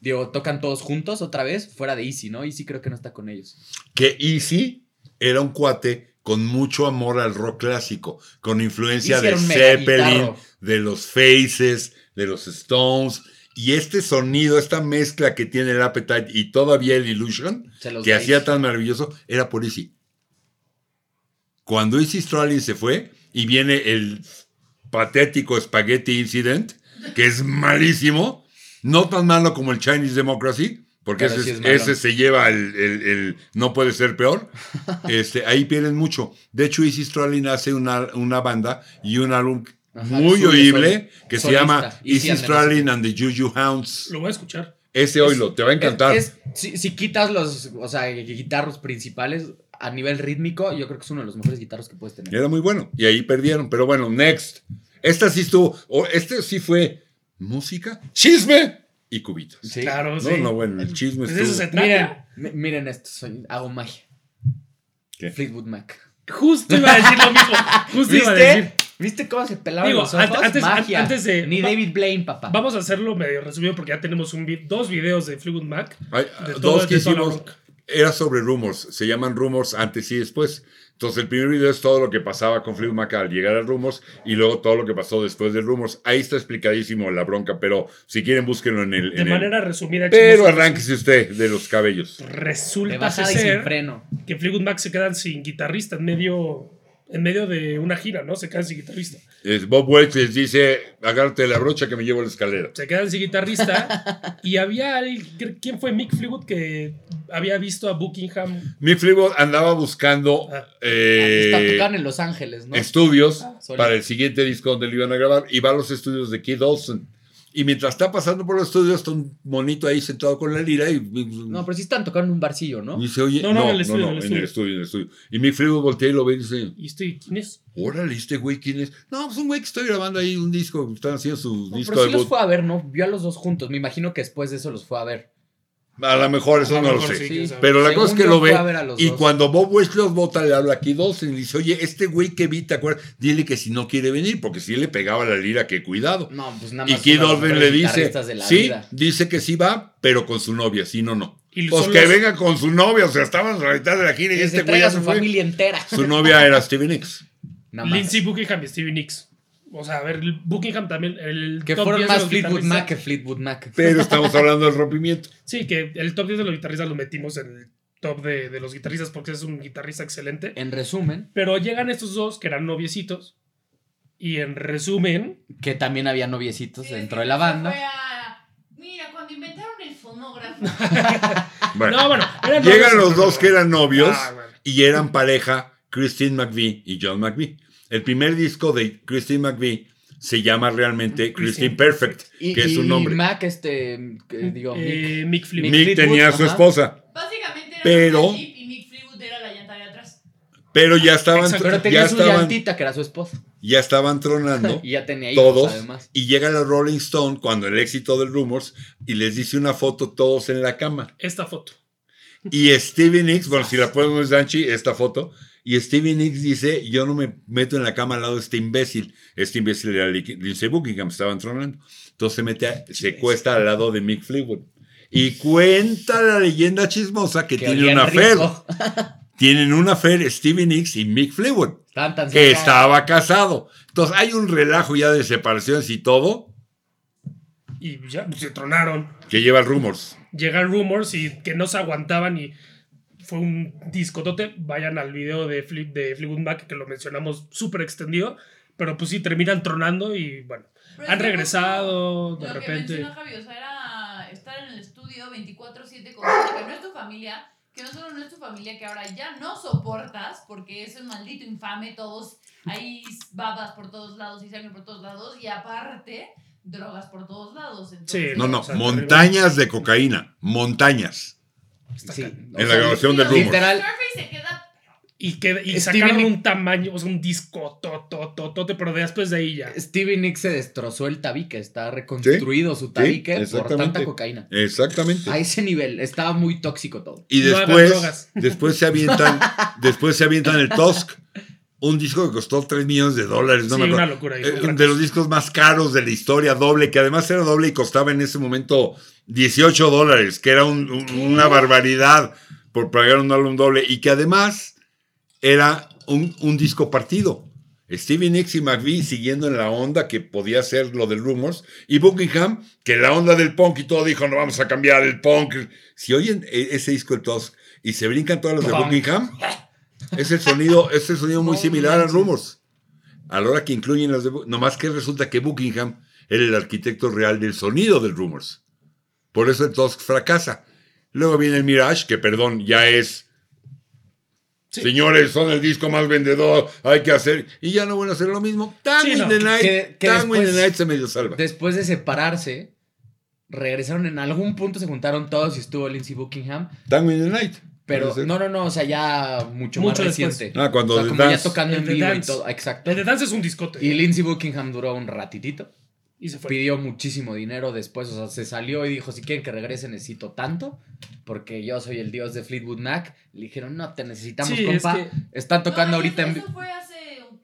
[SPEAKER 2] digo, tocan todos juntos otra vez, fuera de Easy, ¿no? Easy creo que no está con ellos.
[SPEAKER 1] Que Easy era un cuate con mucho amor al rock clásico, con influencia
[SPEAKER 2] Easy
[SPEAKER 1] de
[SPEAKER 2] era un mega
[SPEAKER 1] Zeppelin,
[SPEAKER 2] guitarro.
[SPEAKER 1] de los Faces, de los Stones. Y este sonido, esta mezcla que tiene el Appetite y todavía el Illusion,
[SPEAKER 2] Se los
[SPEAKER 1] que
[SPEAKER 2] veis.
[SPEAKER 1] hacía tan maravilloso, era por Easy. Cuando Easy Stradlin se fue y viene el patético Spaghetti Incident, que es malísimo, no tan malo como el Chinese Democracy, porque
[SPEAKER 2] Pero
[SPEAKER 1] ese,
[SPEAKER 2] sí
[SPEAKER 1] es-
[SPEAKER 2] es malo.
[SPEAKER 1] ese se lleva el, el- el no puede ser
[SPEAKER 2] (laughs)
[SPEAKER 1] peor, este, ahí pierden mucho. De hecho, Easy Stradlin hace una, una banda y un álbum
[SPEAKER 2] Ajá,
[SPEAKER 1] muy
[SPEAKER 2] suyo,
[SPEAKER 1] oíble
[SPEAKER 2] sol-
[SPEAKER 1] que se
[SPEAKER 2] solista,
[SPEAKER 1] llama
[SPEAKER 2] Easy
[SPEAKER 1] Easy
[SPEAKER 2] and the
[SPEAKER 1] Stradlin and the Juju Hounds.
[SPEAKER 3] Lo voy a escuchar.
[SPEAKER 1] Ese oílo, te va a encantar.
[SPEAKER 2] Es- es- si, si quitas los, o sea, guitarros principales a nivel rítmico, yo creo que es uno de los mejores guitarros que puedes tener.
[SPEAKER 1] Era muy bueno. Y ahí perdieron. Pero bueno, next. Esta sí estuvo. o este sí fue música, chisme y cubitas.
[SPEAKER 2] Sí.
[SPEAKER 3] Claro,
[SPEAKER 1] No,
[SPEAKER 3] sí.
[SPEAKER 1] no, bueno, el chisme
[SPEAKER 3] Pues de eso se
[SPEAKER 1] estuvo.
[SPEAKER 3] trata.
[SPEAKER 2] Miren, mi- miren esto, soy- hago magia.
[SPEAKER 1] ¿Qué?
[SPEAKER 2] Fleetwood Mac.
[SPEAKER 3] Justo iba a decir lo
[SPEAKER 2] (laughs)
[SPEAKER 3] mismo. Justo iba a decir.
[SPEAKER 2] ¿Viste? ¿Viste cómo se pelaban
[SPEAKER 3] Pues, Digo,
[SPEAKER 2] los ojos?
[SPEAKER 3] antes- antes-
[SPEAKER 2] magia.
[SPEAKER 3] antes de-
[SPEAKER 2] Ni
[SPEAKER 3] va-
[SPEAKER 2] David Blaine, papá.
[SPEAKER 3] Vamos a hacerlo medio resumido porque ya tenemos un vi- dos videos de Fleetwood Mac.
[SPEAKER 1] Hay,
[SPEAKER 3] De
[SPEAKER 1] dos
[SPEAKER 3] todo-
[SPEAKER 1] que
[SPEAKER 3] de toda la
[SPEAKER 1] hicimos.
[SPEAKER 3] bronca.
[SPEAKER 1] Era sobre rumors. Se llaman rumors antes y después. Entonces, el primer video es todo lo que pasaba con Fleetwood Mac al llegar a Rumors y luego todo lo que pasó después de Rumors. Ahí está explicadísimo la bronca, pero si quieren, búsquenlo en el.
[SPEAKER 3] De
[SPEAKER 1] en el-
[SPEAKER 3] manera resumida.
[SPEAKER 1] Pero
[SPEAKER 3] chicos,
[SPEAKER 1] arránquese usted de los cabellos.
[SPEAKER 2] De
[SPEAKER 3] Resulta
[SPEAKER 2] bajada y sin
[SPEAKER 3] ser
[SPEAKER 2] freno.
[SPEAKER 3] que Fleetwood Mac se quedan sin guitarrista en medio, en medio de una gira, ¿no? Se quedan sin guitarrista.
[SPEAKER 1] Es Bob Welch les dice: agárrate la brocha que me llevo a la escalera.
[SPEAKER 3] Se quedan
[SPEAKER 2] (laughs)
[SPEAKER 3] sin guitarrista. y había alguien, ¿quién fue Mick Fleetwood que había visto a Buckingham?
[SPEAKER 1] Mi Fleetwood andaba buscando
[SPEAKER 3] Ah.
[SPEAKER 1] eh,
[SPEAKER 2] Hasta tocaban en Los Ángeles, ¿no?
[SPEAKER 1] estudios
[SPEAKER 2] solo.
[SPEAKER 1] para el siguiente disco donde lo iban a grabar y va a los estudios de Keith Olsen. Y mientras está pasando por los estudios, está un monito ahí sentado con la lira y,
[SPEAKER 2] No, pero sí están tocando en un barcillo, ¿no?
[SPEAKER 1] y dice, oye,
[SPEAKER 3] No,
[SPEAKER 1] no,
[SPEAKER 3] no,
[SPEAKER 1] no,
[SPEAKER 3] en el estudio,
[SPEAKER 1] no,
[SPEAKER 3] en el
[SPEAKER 1] en el estudio, en el estudio. Y mi Fleetwood voltea y lo ve y dice,
[SPEAKER 3] Y estoy, ¿quién es?
[SPEAKER 1] órale, este güey, ¿quién es? No, es un güey que estoy grabando ahí un disco, están haciendo su
[SPEAKER 2] No,
[SPEAKER 1] disco
[SPEAKER 2] pero sí
[SPEAKER 1] debut.
[SPEAKER 2] los fue a ver, ¿no? Vio a los dos juntos. Me imagino que después de eso los fue a ver.
[SPEAKER 1] A lo mejor, eso
[SPEAKER 3] A lo
[SPEAKER 1] no lo
[SPEAKER 3] mejor
[SPEAKER 1] sé.
[SPEAKER 3] sí, quién sabe.
[SPEAKER 1] Pero la
[SPEAKER 2] Según
[SPEAKER 1] cosa es que
[SPEAKER 2] yo,
[SPEAKER 1] lo
[SPEAKER 2] fue
[SPEAKER 1] ve.
[SPEAKER 2] a ver a los
[SPEAKER 1] Y
[SPEAKER 2] dos.
[SPEAKER 1] cuando Bob Westlos vota, le habla aquí dos y le dice, oye, este güey que vi, ¿te acuerdas? Dile que si no quiere venir, porque si le pegaba la lira, que cuidado.
[SPEAKER 2] No, pues nada
[SPEAKER 1] y
[SPEAKER 2] más.
[SPEAKER 1] Kid
[SPEAKER 2] uno de los
[SPEAKER 1] Olsen le
[SPEAKER 2] mejores
[SPEAKER 1] dice,
[SPEAKER 2] guitarristas de la
[SPEAKER 1] sí, este
[SPEAKER 2] vida.
[SPEAKER 1] dice que sí va, pero con su novia, si no, no.
[SPEAKER 3] Y
[SPEAKER 1] Pues
[SPEAKER 3] son
[SPEAKER 1] que
[SPEAKER 3] los-
[SPEAKER 1] venga con su novia, o sea, estaban a la mitad de la gira y,
[SPEAKER 2] Que
[SPEAKER 1] este
[SPEAKER 2] se
[SPEAKER 1] güey
[SPEAKER 2] traiga
[SPEAKER 1] ya
[SPEAKER 2] a su
[SPEAKER 1] se fue.
[SPEAKER 2] familia entera.
[SPEAKER 1] Su novia era Steven Nicks.
[SPEAKER 2] Nada más.
[SPEAKER 3] Lindsey Buckingham y Stevie Nicks. O sea, a ver, el Buckingham también. El
[SPEAKER 2] Que
[SPEAKER 3] top
[SPEAKER 2] fueron
[SPEAKER 3] 10 de
[SPEAKER 2] más
[SPEAKER 3] los
[SPEAKER 2] Fleetwood
[SPEAKER 3] guitarristas-
[SPEAKER 2] Mac que Fleetwood Mac.
[SPEAKER 1] Pero estamos hablando del
[SPEAKER 2] (laughs)
[SPEAKER 1] rompimiento.
[SPEAKER 3] Sí, que el top 10 de los guitarristas lo metimos en el top de, de los guitarristas porque es un guitarrista excelente.
[SPEAKER 2] En resumen,
[SPEAKER 3] Pero llegan estos dos que eran noviecitos. Y en resumen,
[SPEAKER 2] que también había noviecitos
[SPEAKER 4] Sí,
[SPEAKER 2] dentro
[SPEAKER 4] sí,
[SPEAKER 2] de la
[SPEAKER 4] se fue
[SPEAKER 2] banda.
[SPEAKER 4] a- Mira, cuando inventaron
[SPEAKER 1] (laughs)
[SPEAKER 4] el fonógrafo.
[SPEAKER 1] Bueno,
[SPEAKER 3] no, bueno, eran
[SPEAKER 1] llegan
[SPEAKER 3] novios,
[SPEAKER 1] los
[SPEAKER 3] no,
[SPEAKER 1] dos
[SPEAKER 3] no,
[SPEAKER 1] que eran
[SPEAKER 3] no.
[SPEAKER 1] novios.
[SPEAKER 3] Ah, bueno.
[SPEAKER 1] y eran pareja Christine McVie y John McVie. El primer disco de Christine McVie se llama realmente Christine Perfect,
[SPEAKER 2] Mm, Y,
[SPEAKER 1] que es su
[SPEAKER 2] y
[SPEAKER 1] nombre. Mick,
[SPEAKER 2] Mac, este, que digo,
[SPEAKER 3] Eh,
[SPEAKER 2] Mick.
[SPEAKER 3] Mick Fleetwood.
[SPEAKER 2] Mick Fleetwood,
[SPEAKER 1] tenía a su
[SPEAKER 2] ajá.
[SPEAKER 1] esposa,
[SPEAKER 4] Básicamente era
[SPEAKER 1] Pero-
[SPEAKER 4] un Jeep y Mick Fleetwood era la llanta de atrás.
[SPEAKER 1] pero ya estaban,
[SPEAKER 3] Exacto.
[SPEAKER 2] Pero tenía
[SPEAKER 1] ya
[SPEAKER 2] su
[SPEAKER 1] estaban,
[SPEAKER 2] llantita, que era su esposa.
[SPEAKER 1] ya estaban tronando.
[SPEAKER 2] (laughs) Y ya tenía hijos,
[SPEAKER 1] Todos,
[SPEAKER 2] además.
[SPEAKER 1] y llega la Rolling Stone cuando el éxito del Rumors y les dice una foto todos en la cama.
[SPEAKER 3] Esta foto.
[SPEAKER 1] Y Stevie Nicks, bueno, si la podemos Danchi, esta foto, y Stevie Nicks dice: Yo no me meto en la cama al lado de este imbécil. Este imbécil era Lic- Lindsey Buckingham, estaban tronando. Entonces se mete, a- se cuesta al lado de Mick Fleetwood. Y cuenta la leyenda chismosa que, tiene
[SPEAKER 2] olían
[SPEAKER 1] una fer.
[SPEAKER 2] rico.
[SPEAKER 1] Tienen una fer Stevie Nicks y Mick Fleetwood,
[SPEAKER 2] (laughs) Estaban tan
[SPEAKER 1] que
[SPEAKER 2] cerca.
[SPEAKER 1] estaba casado. Entonces hay un relajo ya de separaciones y todo
[SPEAKER 3] Y ya pues, se tronaron.
[SPEAKER 1] que lleva rumors.
[SPEAKER 3] Llegan rumors y que no se aguantaban y fue un discotote. Vayan al video de, Flip, de Fleetwood Mac que lo mencionamos súper extendido. Pero pues sí, terminan tronando y bueno.
[SPEAKER 4] Pero
[SPEAKER 3] Han
[SPEAKER 4] es que
[SPEAKER 3] regresado
[SPEAKER 4] justo
[SPEAKER 3] de
[SPEAKER 4] lo Que
[SPEAKER 3] repente.
[SPEAKER 4] mencionó Javi, o sea, era estar en el estudio 24-7 con gente que no es tu familia, que no solo no es tu familia, que ahora ya no soportas, porque es un maldito infame, todos hay babas por todos lados y sangre por todos lados, y aparte, drogas por todos lados. Entonces,
[SPEAKER 1] No, no,
[SPEAKER 3] O sea,
[SPEAKER 1] montañas de cocaína, montañas.
[SPEAKER 2] Sí, o
[SPEAKER 1] En la
[SPEAKER 2] sea,
[SPEAKER 1] grabación del
[SPEAKER 4] Literal-
[SPEAKER 1] rumor.
[SPEAKER 4] Surface se queda
[SPEAKER 3] Y, que, y
[SPEAKER 2] Stevie
[SPEAKER 3] sacaron
[SPEAKER 2] Nicks-
[SPEAKER 3] un tamaño, o sea, un disco totototote, pero después de ahí ya.
[SPEAKER 2] Stevie Nicks se destrozó el tabique, está reconstruido su tabique por
[SPEAKER 1] exactamente.
[SPEAKER 2] tanta cocaína.
[SPEAKER 1] Exactamente.
[SPEAKER 2] A ese nivel, estaba muy tóxico todo.
[SPEAKER 1] Y
[SPEAKER 3] No hagan
[SPEAKER 1] después,
[SPEAKER 3] drogas. (laughs)
[SPEAKER 1] después se avientan, después se avientan el Tusk, Un disco que costó 3 millones de dólares, no
[SPEAKER 3] sí,
[SPEAKER 1] me
[SPEAKER 3] una
[SPEAKER 1] acuerdo.
[SPEAKER 3] locura.
[SPEAKER 1] Eh, de los discos más caros de la historia, doble, que además era doble y costaba en ese momento 18 dólares, que era un- un- una barbaridad por pagar un álbum doble, y que además era un, un disco partido. Steven Nicks y McVie siguiendo en la onda que podía ser lo del Rumors, y Buckingham, que la onda del punk y todo dijo, no vamos a cambiar el punk. Si oyen e- ese disco de todos y se brincan todas las de
[SPEAKER 3] Punk.
[SPEAKER 1] Buckingham, es el sonido, (laughs) es el sonido muy
[SPEAKER 2] No
[SPEAKER 1] similar a
[SPEAKER 2] manches.
[SPEAKER 1] Rumors. A la hora que incluyen las de Bu- nomás que resulta que Buckingham era el arquitecto real del sonido del Rumors. Por eso el Tusk fracasa. Luego viene el Mirage, que perdón, ya es.
[SPEAKER 3] Sí.
[SPEAKER 1] Señores, son el disco más vendedor, hay que hacer. Y ya no van a hacer lo mismo. Tango
[SPEAKER 3] Sí,
[SPEAKER 1] in
[SPEAKER 3] no,
[SPEAKER 1] the Night,
[SPEAKER 2] que- que
[SPEAKER 1] Tango in the
[SPEAKER 2] después-
[SPEAKER 1] Night se medio salva.
[SPEAKER 2] Después de separarse, regresaron en algún punto, se juntaron todos y estuvo Lindsey Buckingham.
[SPEAKER 1] Tango in the Night.
[SPEAKER 2] Pero
[SPEAKER 1] parece.
[SPEAKER 2] no, no, no, o sea, ya mucho,
[SPEAKER 3] Mucho
[SPEAKER 2] más
[SPEAKER 3] después.
[SPEAKER 2] reciente.
[SPEAKER 1] Ah, cuando
[SPEAKER 2] o sea,
[SPEAKER 1] The
[SPEAKER 2] como ya
[SPEAKER 1] Dance.
[SPEAKER 2] tocando
[SPEAKER 3] El
[SPEAKER 2] en
[SPEAKER 3] de
[SPEAKER 2] vivo y
[SPEAKER 3] Dance.
[SPEAKER 2] todo, exacto.
[SPEAKER 3] El de Dance es un discote.
[SPEAKER 2] Y Lindsey Buckingham duró un ratitito.
[SPEAKER 3] y se fue.
[SPEAKER 2] Pidió muchísimo dinero después, o sea, se salió y dijo, si quieren que regrese necesito tanto, porque yo soy el dios de Fleetwood Mac. Le dijeron, no, te necesitamos,
[SPEAKER 3] Sí, es
[SPEAKER 2] compa.
[SPEAKER 3] que-
[SPEAKER 2] Están tocando
[SPEAKER 4] No, y
[SPEAKER 2] ahorita
[SPEAKER 4] eso,
[SPEAKER 2] en vi-
[SPEAKER 4] Eso fue hace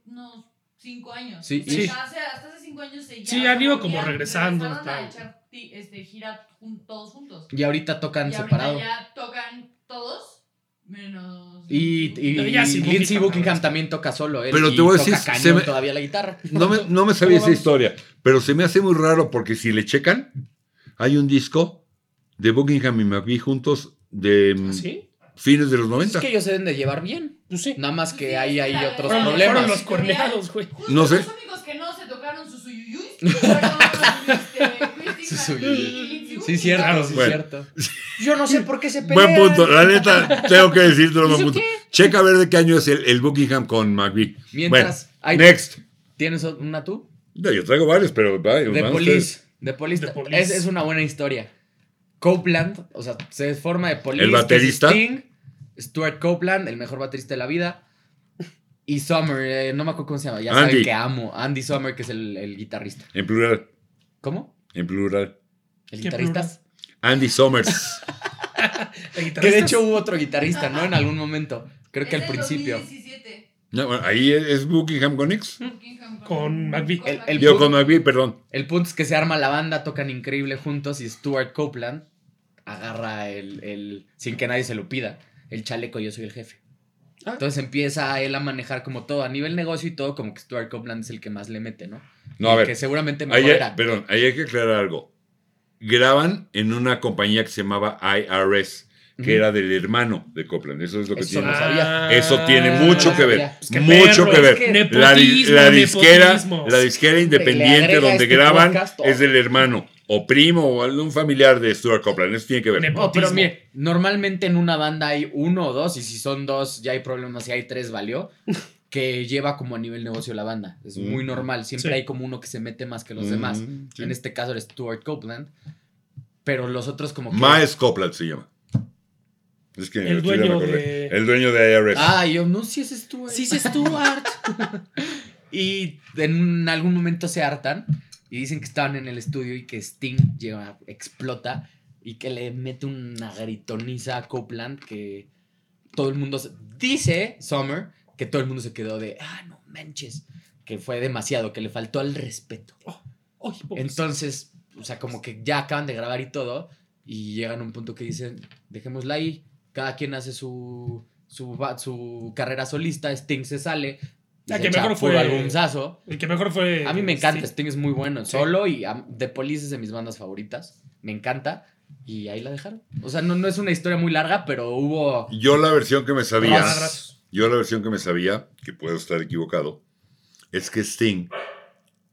[SPEAKER 4] unos cinco años.
[SPEAKER 2] Sí,
[SPEAKER 4] O sea,
[SPEAKER 3] sí.
[SPEAKER 4] Hace, hasta hace cinco años se
[SPEAKER 3] Sí,
[SPEAKER 4] ya
[SPEAKER 3] han ido como
[SPEAKER 4] volvían,
[SPEAKER 3] regresando,
[SPEAKER 4] regresaron a
[SPEAKER 3] tal.
[SPEAKER 4] echar ti- este, gira jun- todos juntos.
[SPEAKER 2] Y ahorita tocan
[SPEAKER 4] y ahorita
[SPEAKER 2] separado.
[SPEAKER 4] ya tocan todos, menos...
[SPEAKER 2] Y, y,
[SPEAKER 3] Pero ya sí,
[SPEAKER 2] y
[SPEAKER 3] Buckingham,
[SPEAKER 2] Lindsey Buckingham
[SPEAKER 3] cabrón.
[SPEAKER 2] también toca solo. Él
[SPEAKER 1] Pero
[SPEAKER 2] y
[SPEAKER 1] te voy a
[SPEAKER 2] toca
[SPEAKER 1] decir,
[SPEAKER 2] cañón
[SPEAKER 1] se me-
[SPEAKER 2] todavía la guitarra.
[SPEAKER 1] (laughs) No
[SPEAKER 2] (laughs)
[SPEAKER 1] me, no me sabía
[SPEAKER 2] ¿Cómo
[SPEAKER 1] esa
[SPEAKER 2] vamos?
[SPEAKER 1] historia, pero se me hace muy raro porque si le checan, hay un disco de Buckingham y McVie juntos de mm,
[SPEAKER 3] ¿Sí?
[SPEAKER 1] fines de los
[SPEAKER 2] ¿Ah, Es
[SPEAKER 1] 90.
[SPEAKER 2] que ellos se deben de llevar bien.
[SPEAKER 3] Pues sí.
[SPEAKER 2] Nada más
[SPEAKER 4] Sí,
[SPEAKER 2] que
[SPEAKER 4] es
[SPEAKER 2] ahí
[SPEAKER 4] que
[SPEAKER 2] hay
[SPEAKER 4] la
[SPEAKER 2] otros
[SPEAKER 4] verdad-
[SPEAKER 3] Fueron,
[SPEAKER 4] problemas.
[SPEAKER 3] fueron los
[SPEAKER 2] (laughs)
[SPEAKER 3] corneados, güey.
[SPEAKER 4] Justo
[SPEAKER 1] No sé.
[SPEAKER 4] Los únicos que no se tocaron sus uyuyuy fueron este,
[SPEAKER 2] (laughs) Sus
[SPEAKER 4] Christine
[SPEAKER 2] uyuyuy.
[SPEAKER 4] y Lindsay
[SPEAKER 2] Sí,
[SPEAKER 4] Buckingham.
[SPEAKER 2] cierto, sí,
[SPEAKER 1] Bueno. (laughs)
[SPEAKER 2] cierto. Yo no sé por qué se
[SPEAKER 1] Buen punto, la neta, tengo que decirte lo
[SPEAKER 2] ¿Eso
[SPEAKER 1] punto.
[SPEAKER 2] qué?
[SPEAKER 1] Checa a ver de qué año es el, el Buckingham con McVie.
[SPEAKER 2] Mientras,
[SPEAKER 1] Bueno,
[SPEAKER 2] hay-
[SPEAKER 1] next.
[SPEAKER 2] ¿Tienes una tú?
[SPEAKER 1] No, yo traigo varios, pero vaya,
[SPEAKER 2] De
[SPEAKER 1] van
[SPEAKER 2] Police. De Police.
[SPEAKER 3] The Police.
[SPEAKER 2] Es, es una buena historia. Copeland, o sea, se forma de Police.
[SPEAKER 1] ¿El
[SPEAKER 2] que es
[SPEAKER 1] baterista?
[SPEAKER 2] Sting, Stuart Copeland, el mejor baterista de la vida. Y Summer, eh, no me acuerdo cómo se llama. Ya saben
[SPEAKER 1] Andy.
[SPEAKER 2] que amo. Andy Summer, que es el, el guitarrista.
[SPEAKER 1] ustedes. En plural,
[SPEAKER 2] ¿Cómo?
[SPEAKER 1] en plural.
[SPEAKER 2] ¿El
[SPEAKER 3] ¿Qué
[SPEAKER 2] guitarrista?
[SPEAKER 3] plural?
[SPEAKER 1] Andy Summers.
[SPEAKER 2] (laughs) Que de hecho hubo otro guitarrista, ¿no? En algún momento. Creo que
[SPEAKER 4] Es
[SPEAKER 2] al
[SPEAKER 4] del
[SPEAKER 2] principio.
[SPEAKER 4] 2017,
[SPEAKER 1] No, bueno, ahí es, es Buckingham con X.
[SPEAKER 4] Buckingham
[SPEAKER 3] Con McVie.
[SPEAKER 4] con
[SPEAKER 2] El- el
[SPEAKER 4] McVie.
[SPEAKER 1] Yo con McVie, perdón.
[SPEAKER 2] El punto es que se arma la banda, tocan increíble juntos y Stuart Copeland agarra el, el- sin que nadie se lo pida, el chaleco yo soy el jefe.
[SPEAKER 3] Ah.
[SPEAKER 2] Entonces empieza él a manejar como todo, a nivel negocio y todo, como que Stuart Copeland es el que más le mete, ¿no?
[SPEAKER 1] No, a
[SPEAKER 2] El
[SPEAKER 1] ver.
[SPEAKER 2] Que seguramente mejor
[SPEAKER 1] Ahí hay-
[SPEAKER 2] era.
[SPEAKER 1] perdón, ahí hay que aclarar algo. Graban en una compañía que se llamaba IRS, que
[SPEAKER 2] Ujú.
[SPEAKER 1] era del hermano de Copland. Eso es lo que
[SPEAKER 2] Eso
[SPEAKER 1] tiene.
[SPEAKER 2] no sabía. Ah,
[SPEAKER 1] Eso tiene mucho que ver.
[SPEAKER 2] ya.
[SPEAKER 3] Pues qué
[SPEAKER 1] mucho
[SPEAKER 3] Ah, perro,
[SPEAKER 1] que ver.
[SPEAKER 2] es que-
[SPEAKER 1] La, di- la
[SPEAKER 3] Nepotismo,
[SPEAKER 1] disquera,
[SPEAKER 3] nepotismo.
[SPEAKER 1] la disquera
[SPEAKER 2] le
[SPEAKER 1] independiente
[SPEAKER 2] agrega
[SPEAKER 1] donde
[SPEAKER 2] este
[SPEAKER 1] graban
[SPEAKER 2] podcast, oh.
[SPEAKER 1] es del hermano o primo o algún familiar de Stuart Copland. Eso tiene que ver.
[SPEAKER 3] Nepo-
[SPEAKER 2] No, pero
[SPEAKER 3] Autismo.
[SPEAKER 2] mire, normalmente en una banda hay uno o dos, y si son dos ya hay problemas, si hay tres
[SPEAKER 3] (laughs)
[SPEAKER 2] valió, que lleva como a nivel negocio la banda. Es
[SPEAKER 1] Mm.
[SPEAKER 2] muy normal, siempre
[SPEAKER 3] Sí.
[SPEAKER 2] hay como uno que se mete más que los demás.
[SPEAKER 1] Mm, sí.
[SPEAKER 2] En este caso era Stuart Copeland, pero los otros como que...
[SPEAKER 1] Miles Copland se llama. Es que
[SPEAKER 3] El
[SPEAKER 1] estoy ya me
[SPEAKER 3] dueño
[SPEAKER 1] acordé.
[SPEAKER 3] de-
[SPEAKER 1] El dueño de IRS.
[SPEAKER 2] Ah, yo no, si es Stuart.
[SPEAKER 3] Sí, es Stuart.
[SPEAKER 2] (laughs) Y en un- algún momento se hartan y dicen que estaban en el estudio y que Sting llega, explota y que le mete una gritoniza a Copeland que todo el mundo se- dice Summer que todo el mundo se quedó de ah no manches que fue demasiado que le faltó al respeto.
[SPEAKER 3] Oye, pobrecito.
[SPEAKER 2] Entonces, o sea, como que ya acaban de grabar y todo y llegan a un punto que dicen dejémosla ahí cada quien hace su su, va- su carrera solista Sting se sale
[SPEAKER 3] La
[SPEAKER 2] se
[SPEAKER 3] que
[SPEAKER 2] echa
[SPEAKER 3] mejor
[SPEAKER 2] puro
[SPEAKER 3] fue-
[SPEAKER 2] albumzazo.
[SPEAKER 3] el que mejor fue. este,
[SPEAKER 2] A mí me encanta,
[SPEAKER 3] Sí.
[SPEAKER 2] Sting es muy bueno.
[SPEAKER 3] Sí.
[SPEAKER 2] Solo y am- The Police es de mis bandas favoritas. Me encanta. Y ahí la dejaron. O sea, no, no es una historia muy larga, pero hubo.
[SPEAKER 1] Yo la versión que me
[SPEAKER 2] este
[SPEAKER 1] sabía.
[SPEAKER 2] Ah,
[SPEAKER 3] Abrazos.
[SPEAKER 1] Yo la versión que me sabía, que puedo estar equivocado, es que Sting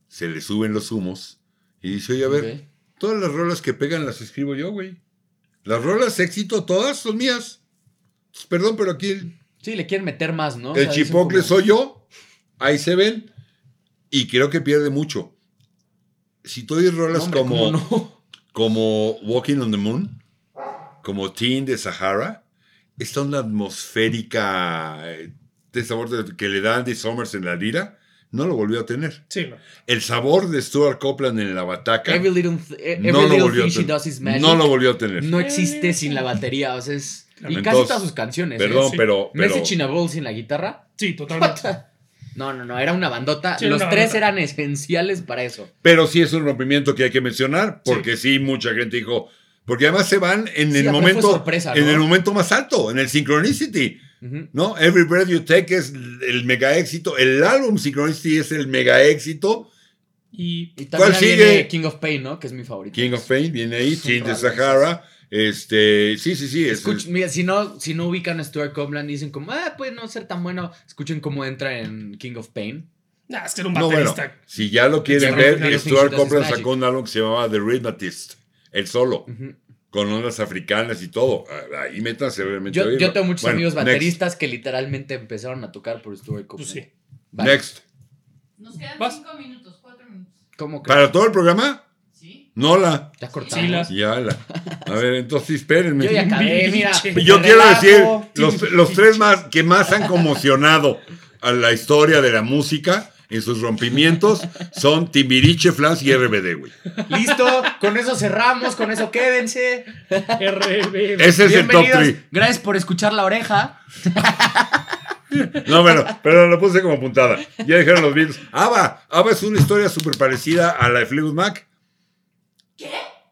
[SPEAKER 1] se le suben los humos y dice, oye, a ver,
[SPEAKER 2] Ok.
[SPEAKER 1] todas las rolas que pegan las escribo yo, güey. Las rolas éxito, todas son mías. Pues, perdón, pero aquí el,
[SPEAKER 2] Sí, le quieren meter más, ¿no? O
[SPEAKER 1] el
[SPEAKER 2] sea, dicen
[SPEAKER 1] chipocle
[SPEAKER 2] como-
[SPEAKER 1] soy yo. Ahí se ven. Y creo que pierde mucho. Si tú oyes
[SPEAKER 2] No,
[SPEAKER 1] rolas
[SPEAKER 2] hombre,
[SPEAKER 1] como
[SPEAKER 2] ¿cómo
[SPEAKER 1] (laughs)
[SPEAKER 2] no?
[SPEAKER 1] como Walking on the Moon, como Teen de Sahara, está una atmosférica eh, de sabor de- que le da Andy Summers en la lira, no lo volvió a tener.
[SPEAKER 3] Sí, no.
[SPEAKER 1] El sabor de Stuart Copeland en la bataca
[SPEAKER 2] Every little, th- every
[SPEAKER 1] no, lo
[SPEAKER 2] little
[SPEAKER 1] volvió a
[SPEAKER 2] thing she
[SPEAKER 1] tener.
[SPEAKER 2] does is magic.
[SPEAKER 1] no lo volvió a tener.
[SPEAKER 2] No existe sin la batería. O sea, es. Y casi
[SPEAKER 1] Entonces,
[SPEAKER 2] todas sus canciones. ¿eh?
[SPEAKER 1] Perdón,
[SPEAKER 3] sí.
[SPEAKER 1] pero, pero
[SPEAKER 2] Message in a Bowl sin la guitarra.
[SPEAKER 3] Sí, totalmente.
[SPEAKER 2] No, no, no, era una bandota.
[SPEAKER 3] Sí, era
[SPEAKER 2] Los
[SPEAKER 3] una
[SPEAKER 2] tres
[SPEAKER 3] bandota.
[SPEAKER 2] eran esenciales para eso.
[SPEAKER 1] Pero sí es un rompimiento que hay que mencionar, porque sí, mucha gente dijo. Porque además se van en
[SPEAKER 2] Sí,
[SPEAKER 1] el
[SPEAKER 2] aparte fue
[SPEAKER 1] momento.
[SPEAKER 2] sorpresa,
[SPEAKER 1] En
[SPEAKER 2] ¿no?
[SPEAKER 1] el momento más alto, en el Synchronicity.
[SPEAKER 2] Ujú.
[SPEAKER 1] ¿No? Every Breath You Take es el mega éxito. El álbum Synchronicity es el mega éxito.
[SPEAKER 3] Y
[SPEAKER 2] Y
[SPEAKER 1] ¿Cuál
[SPEAKER 2] también ahí
[SPEAKER 1] sigue?
[SPEAKER 2] viene King of Pain, ¿no? Que es mi favorito.
[SPEAKER 1] King of Fame viene ahí, King de
[SPEAKER 2] raro,
[SPEAKER 1] Sahara. Este, sí, sí, sí. es-
[SPEAKER 2] Escuch- mira, si no, si no ubican a Stuart Copeland y dicen como, ah, puede no ser tan bueno, escuchen cómo entra en King of Pain.
[SPEAKER 3] nah, es que era un
[SPEAKER 1] no, bueno,
[SPEAKER 3] baterista.
[SPEAKER 1] si ya lo quieren
[SPEAKER 2] Ya
[SPEAKER 1] ver,
[SPEAKER 2] rompieron los
[SPEAKER 1] Stuart
[SPEAKER 2] pinchitos,
[SPEAKER 1] Copeland
[SPEAKER 2] es
[SPEAKER 1] sacó un álbum que se llamaba The Rhythmatist, el solo,
[SPEAKER 2] Ujú.
[SPEAKER 1] con ondas africanas y todo. Ahí métanse realmente. a
[SPEAKER 2] Yo,
[SPEAKER 1] oírlo.
[SPEAKER 2] yo tengo muchos
[SPEAKER 1] Bueno,
[SPEAKER 2] amigos
[SPEAKER 1] next,
[SPEAKER 2] bateristas que literalmente empezaron a tocar por Stuart Copeland.
[SPEAKER 3] Pues sí.
[SPEAKER 2] Vale.
[SPEAKER 1] next.
[SPEAKER 4] Nos quedan
[SPEAKER 3] Vas.
[SPEAKER 4] cinco minutos, cuatro minutos.
[SPEAKER 2] ¿Cómo que?
[SPEAKER 1] ¿Para todo el programa?
[SPEAKER 4] ¿Sí?
[SPEAKER 1] No la.
[SPEAKER 2] Ya
[SPEAKER 3] Sí,
[SPEAKER 2] cortamos.
[SPEAKER 3] la-
[SPEAKER 1] Ya la. A ver, entonces espérenme.
[SPEAKER 2] Yo ya acabé, mira.
[SPEAKER 3] Yo
[SPEAKER 1] Yo
[SPEAKER 2] me
[SPEAKER 1] quiero
[SPEAKER 2] relajo.
[SPEAKER 1] decir, los, los tres más que más han conmocionado a la historia de la música en sus rompimientos son Timbiriche, Flans y RBD, güey.
[SPEAKER 2] Listo, con eso cerramos, con eso quédense.
[SPEAKER 3] RBD.
[SPEAKER 1] Ese es el top
[SPEAKER 2] Bienvenidos.
[SPEAKER 1] 3.
[SPEAKER 2] Gracias por escuchar la oreja.
[SPEAKER 1] No, bueno, pero lo puse como puntada. Ya dijeron los Beatles. ABBA. ABBA es una historia súper parecida a la de Fleetwood Mac.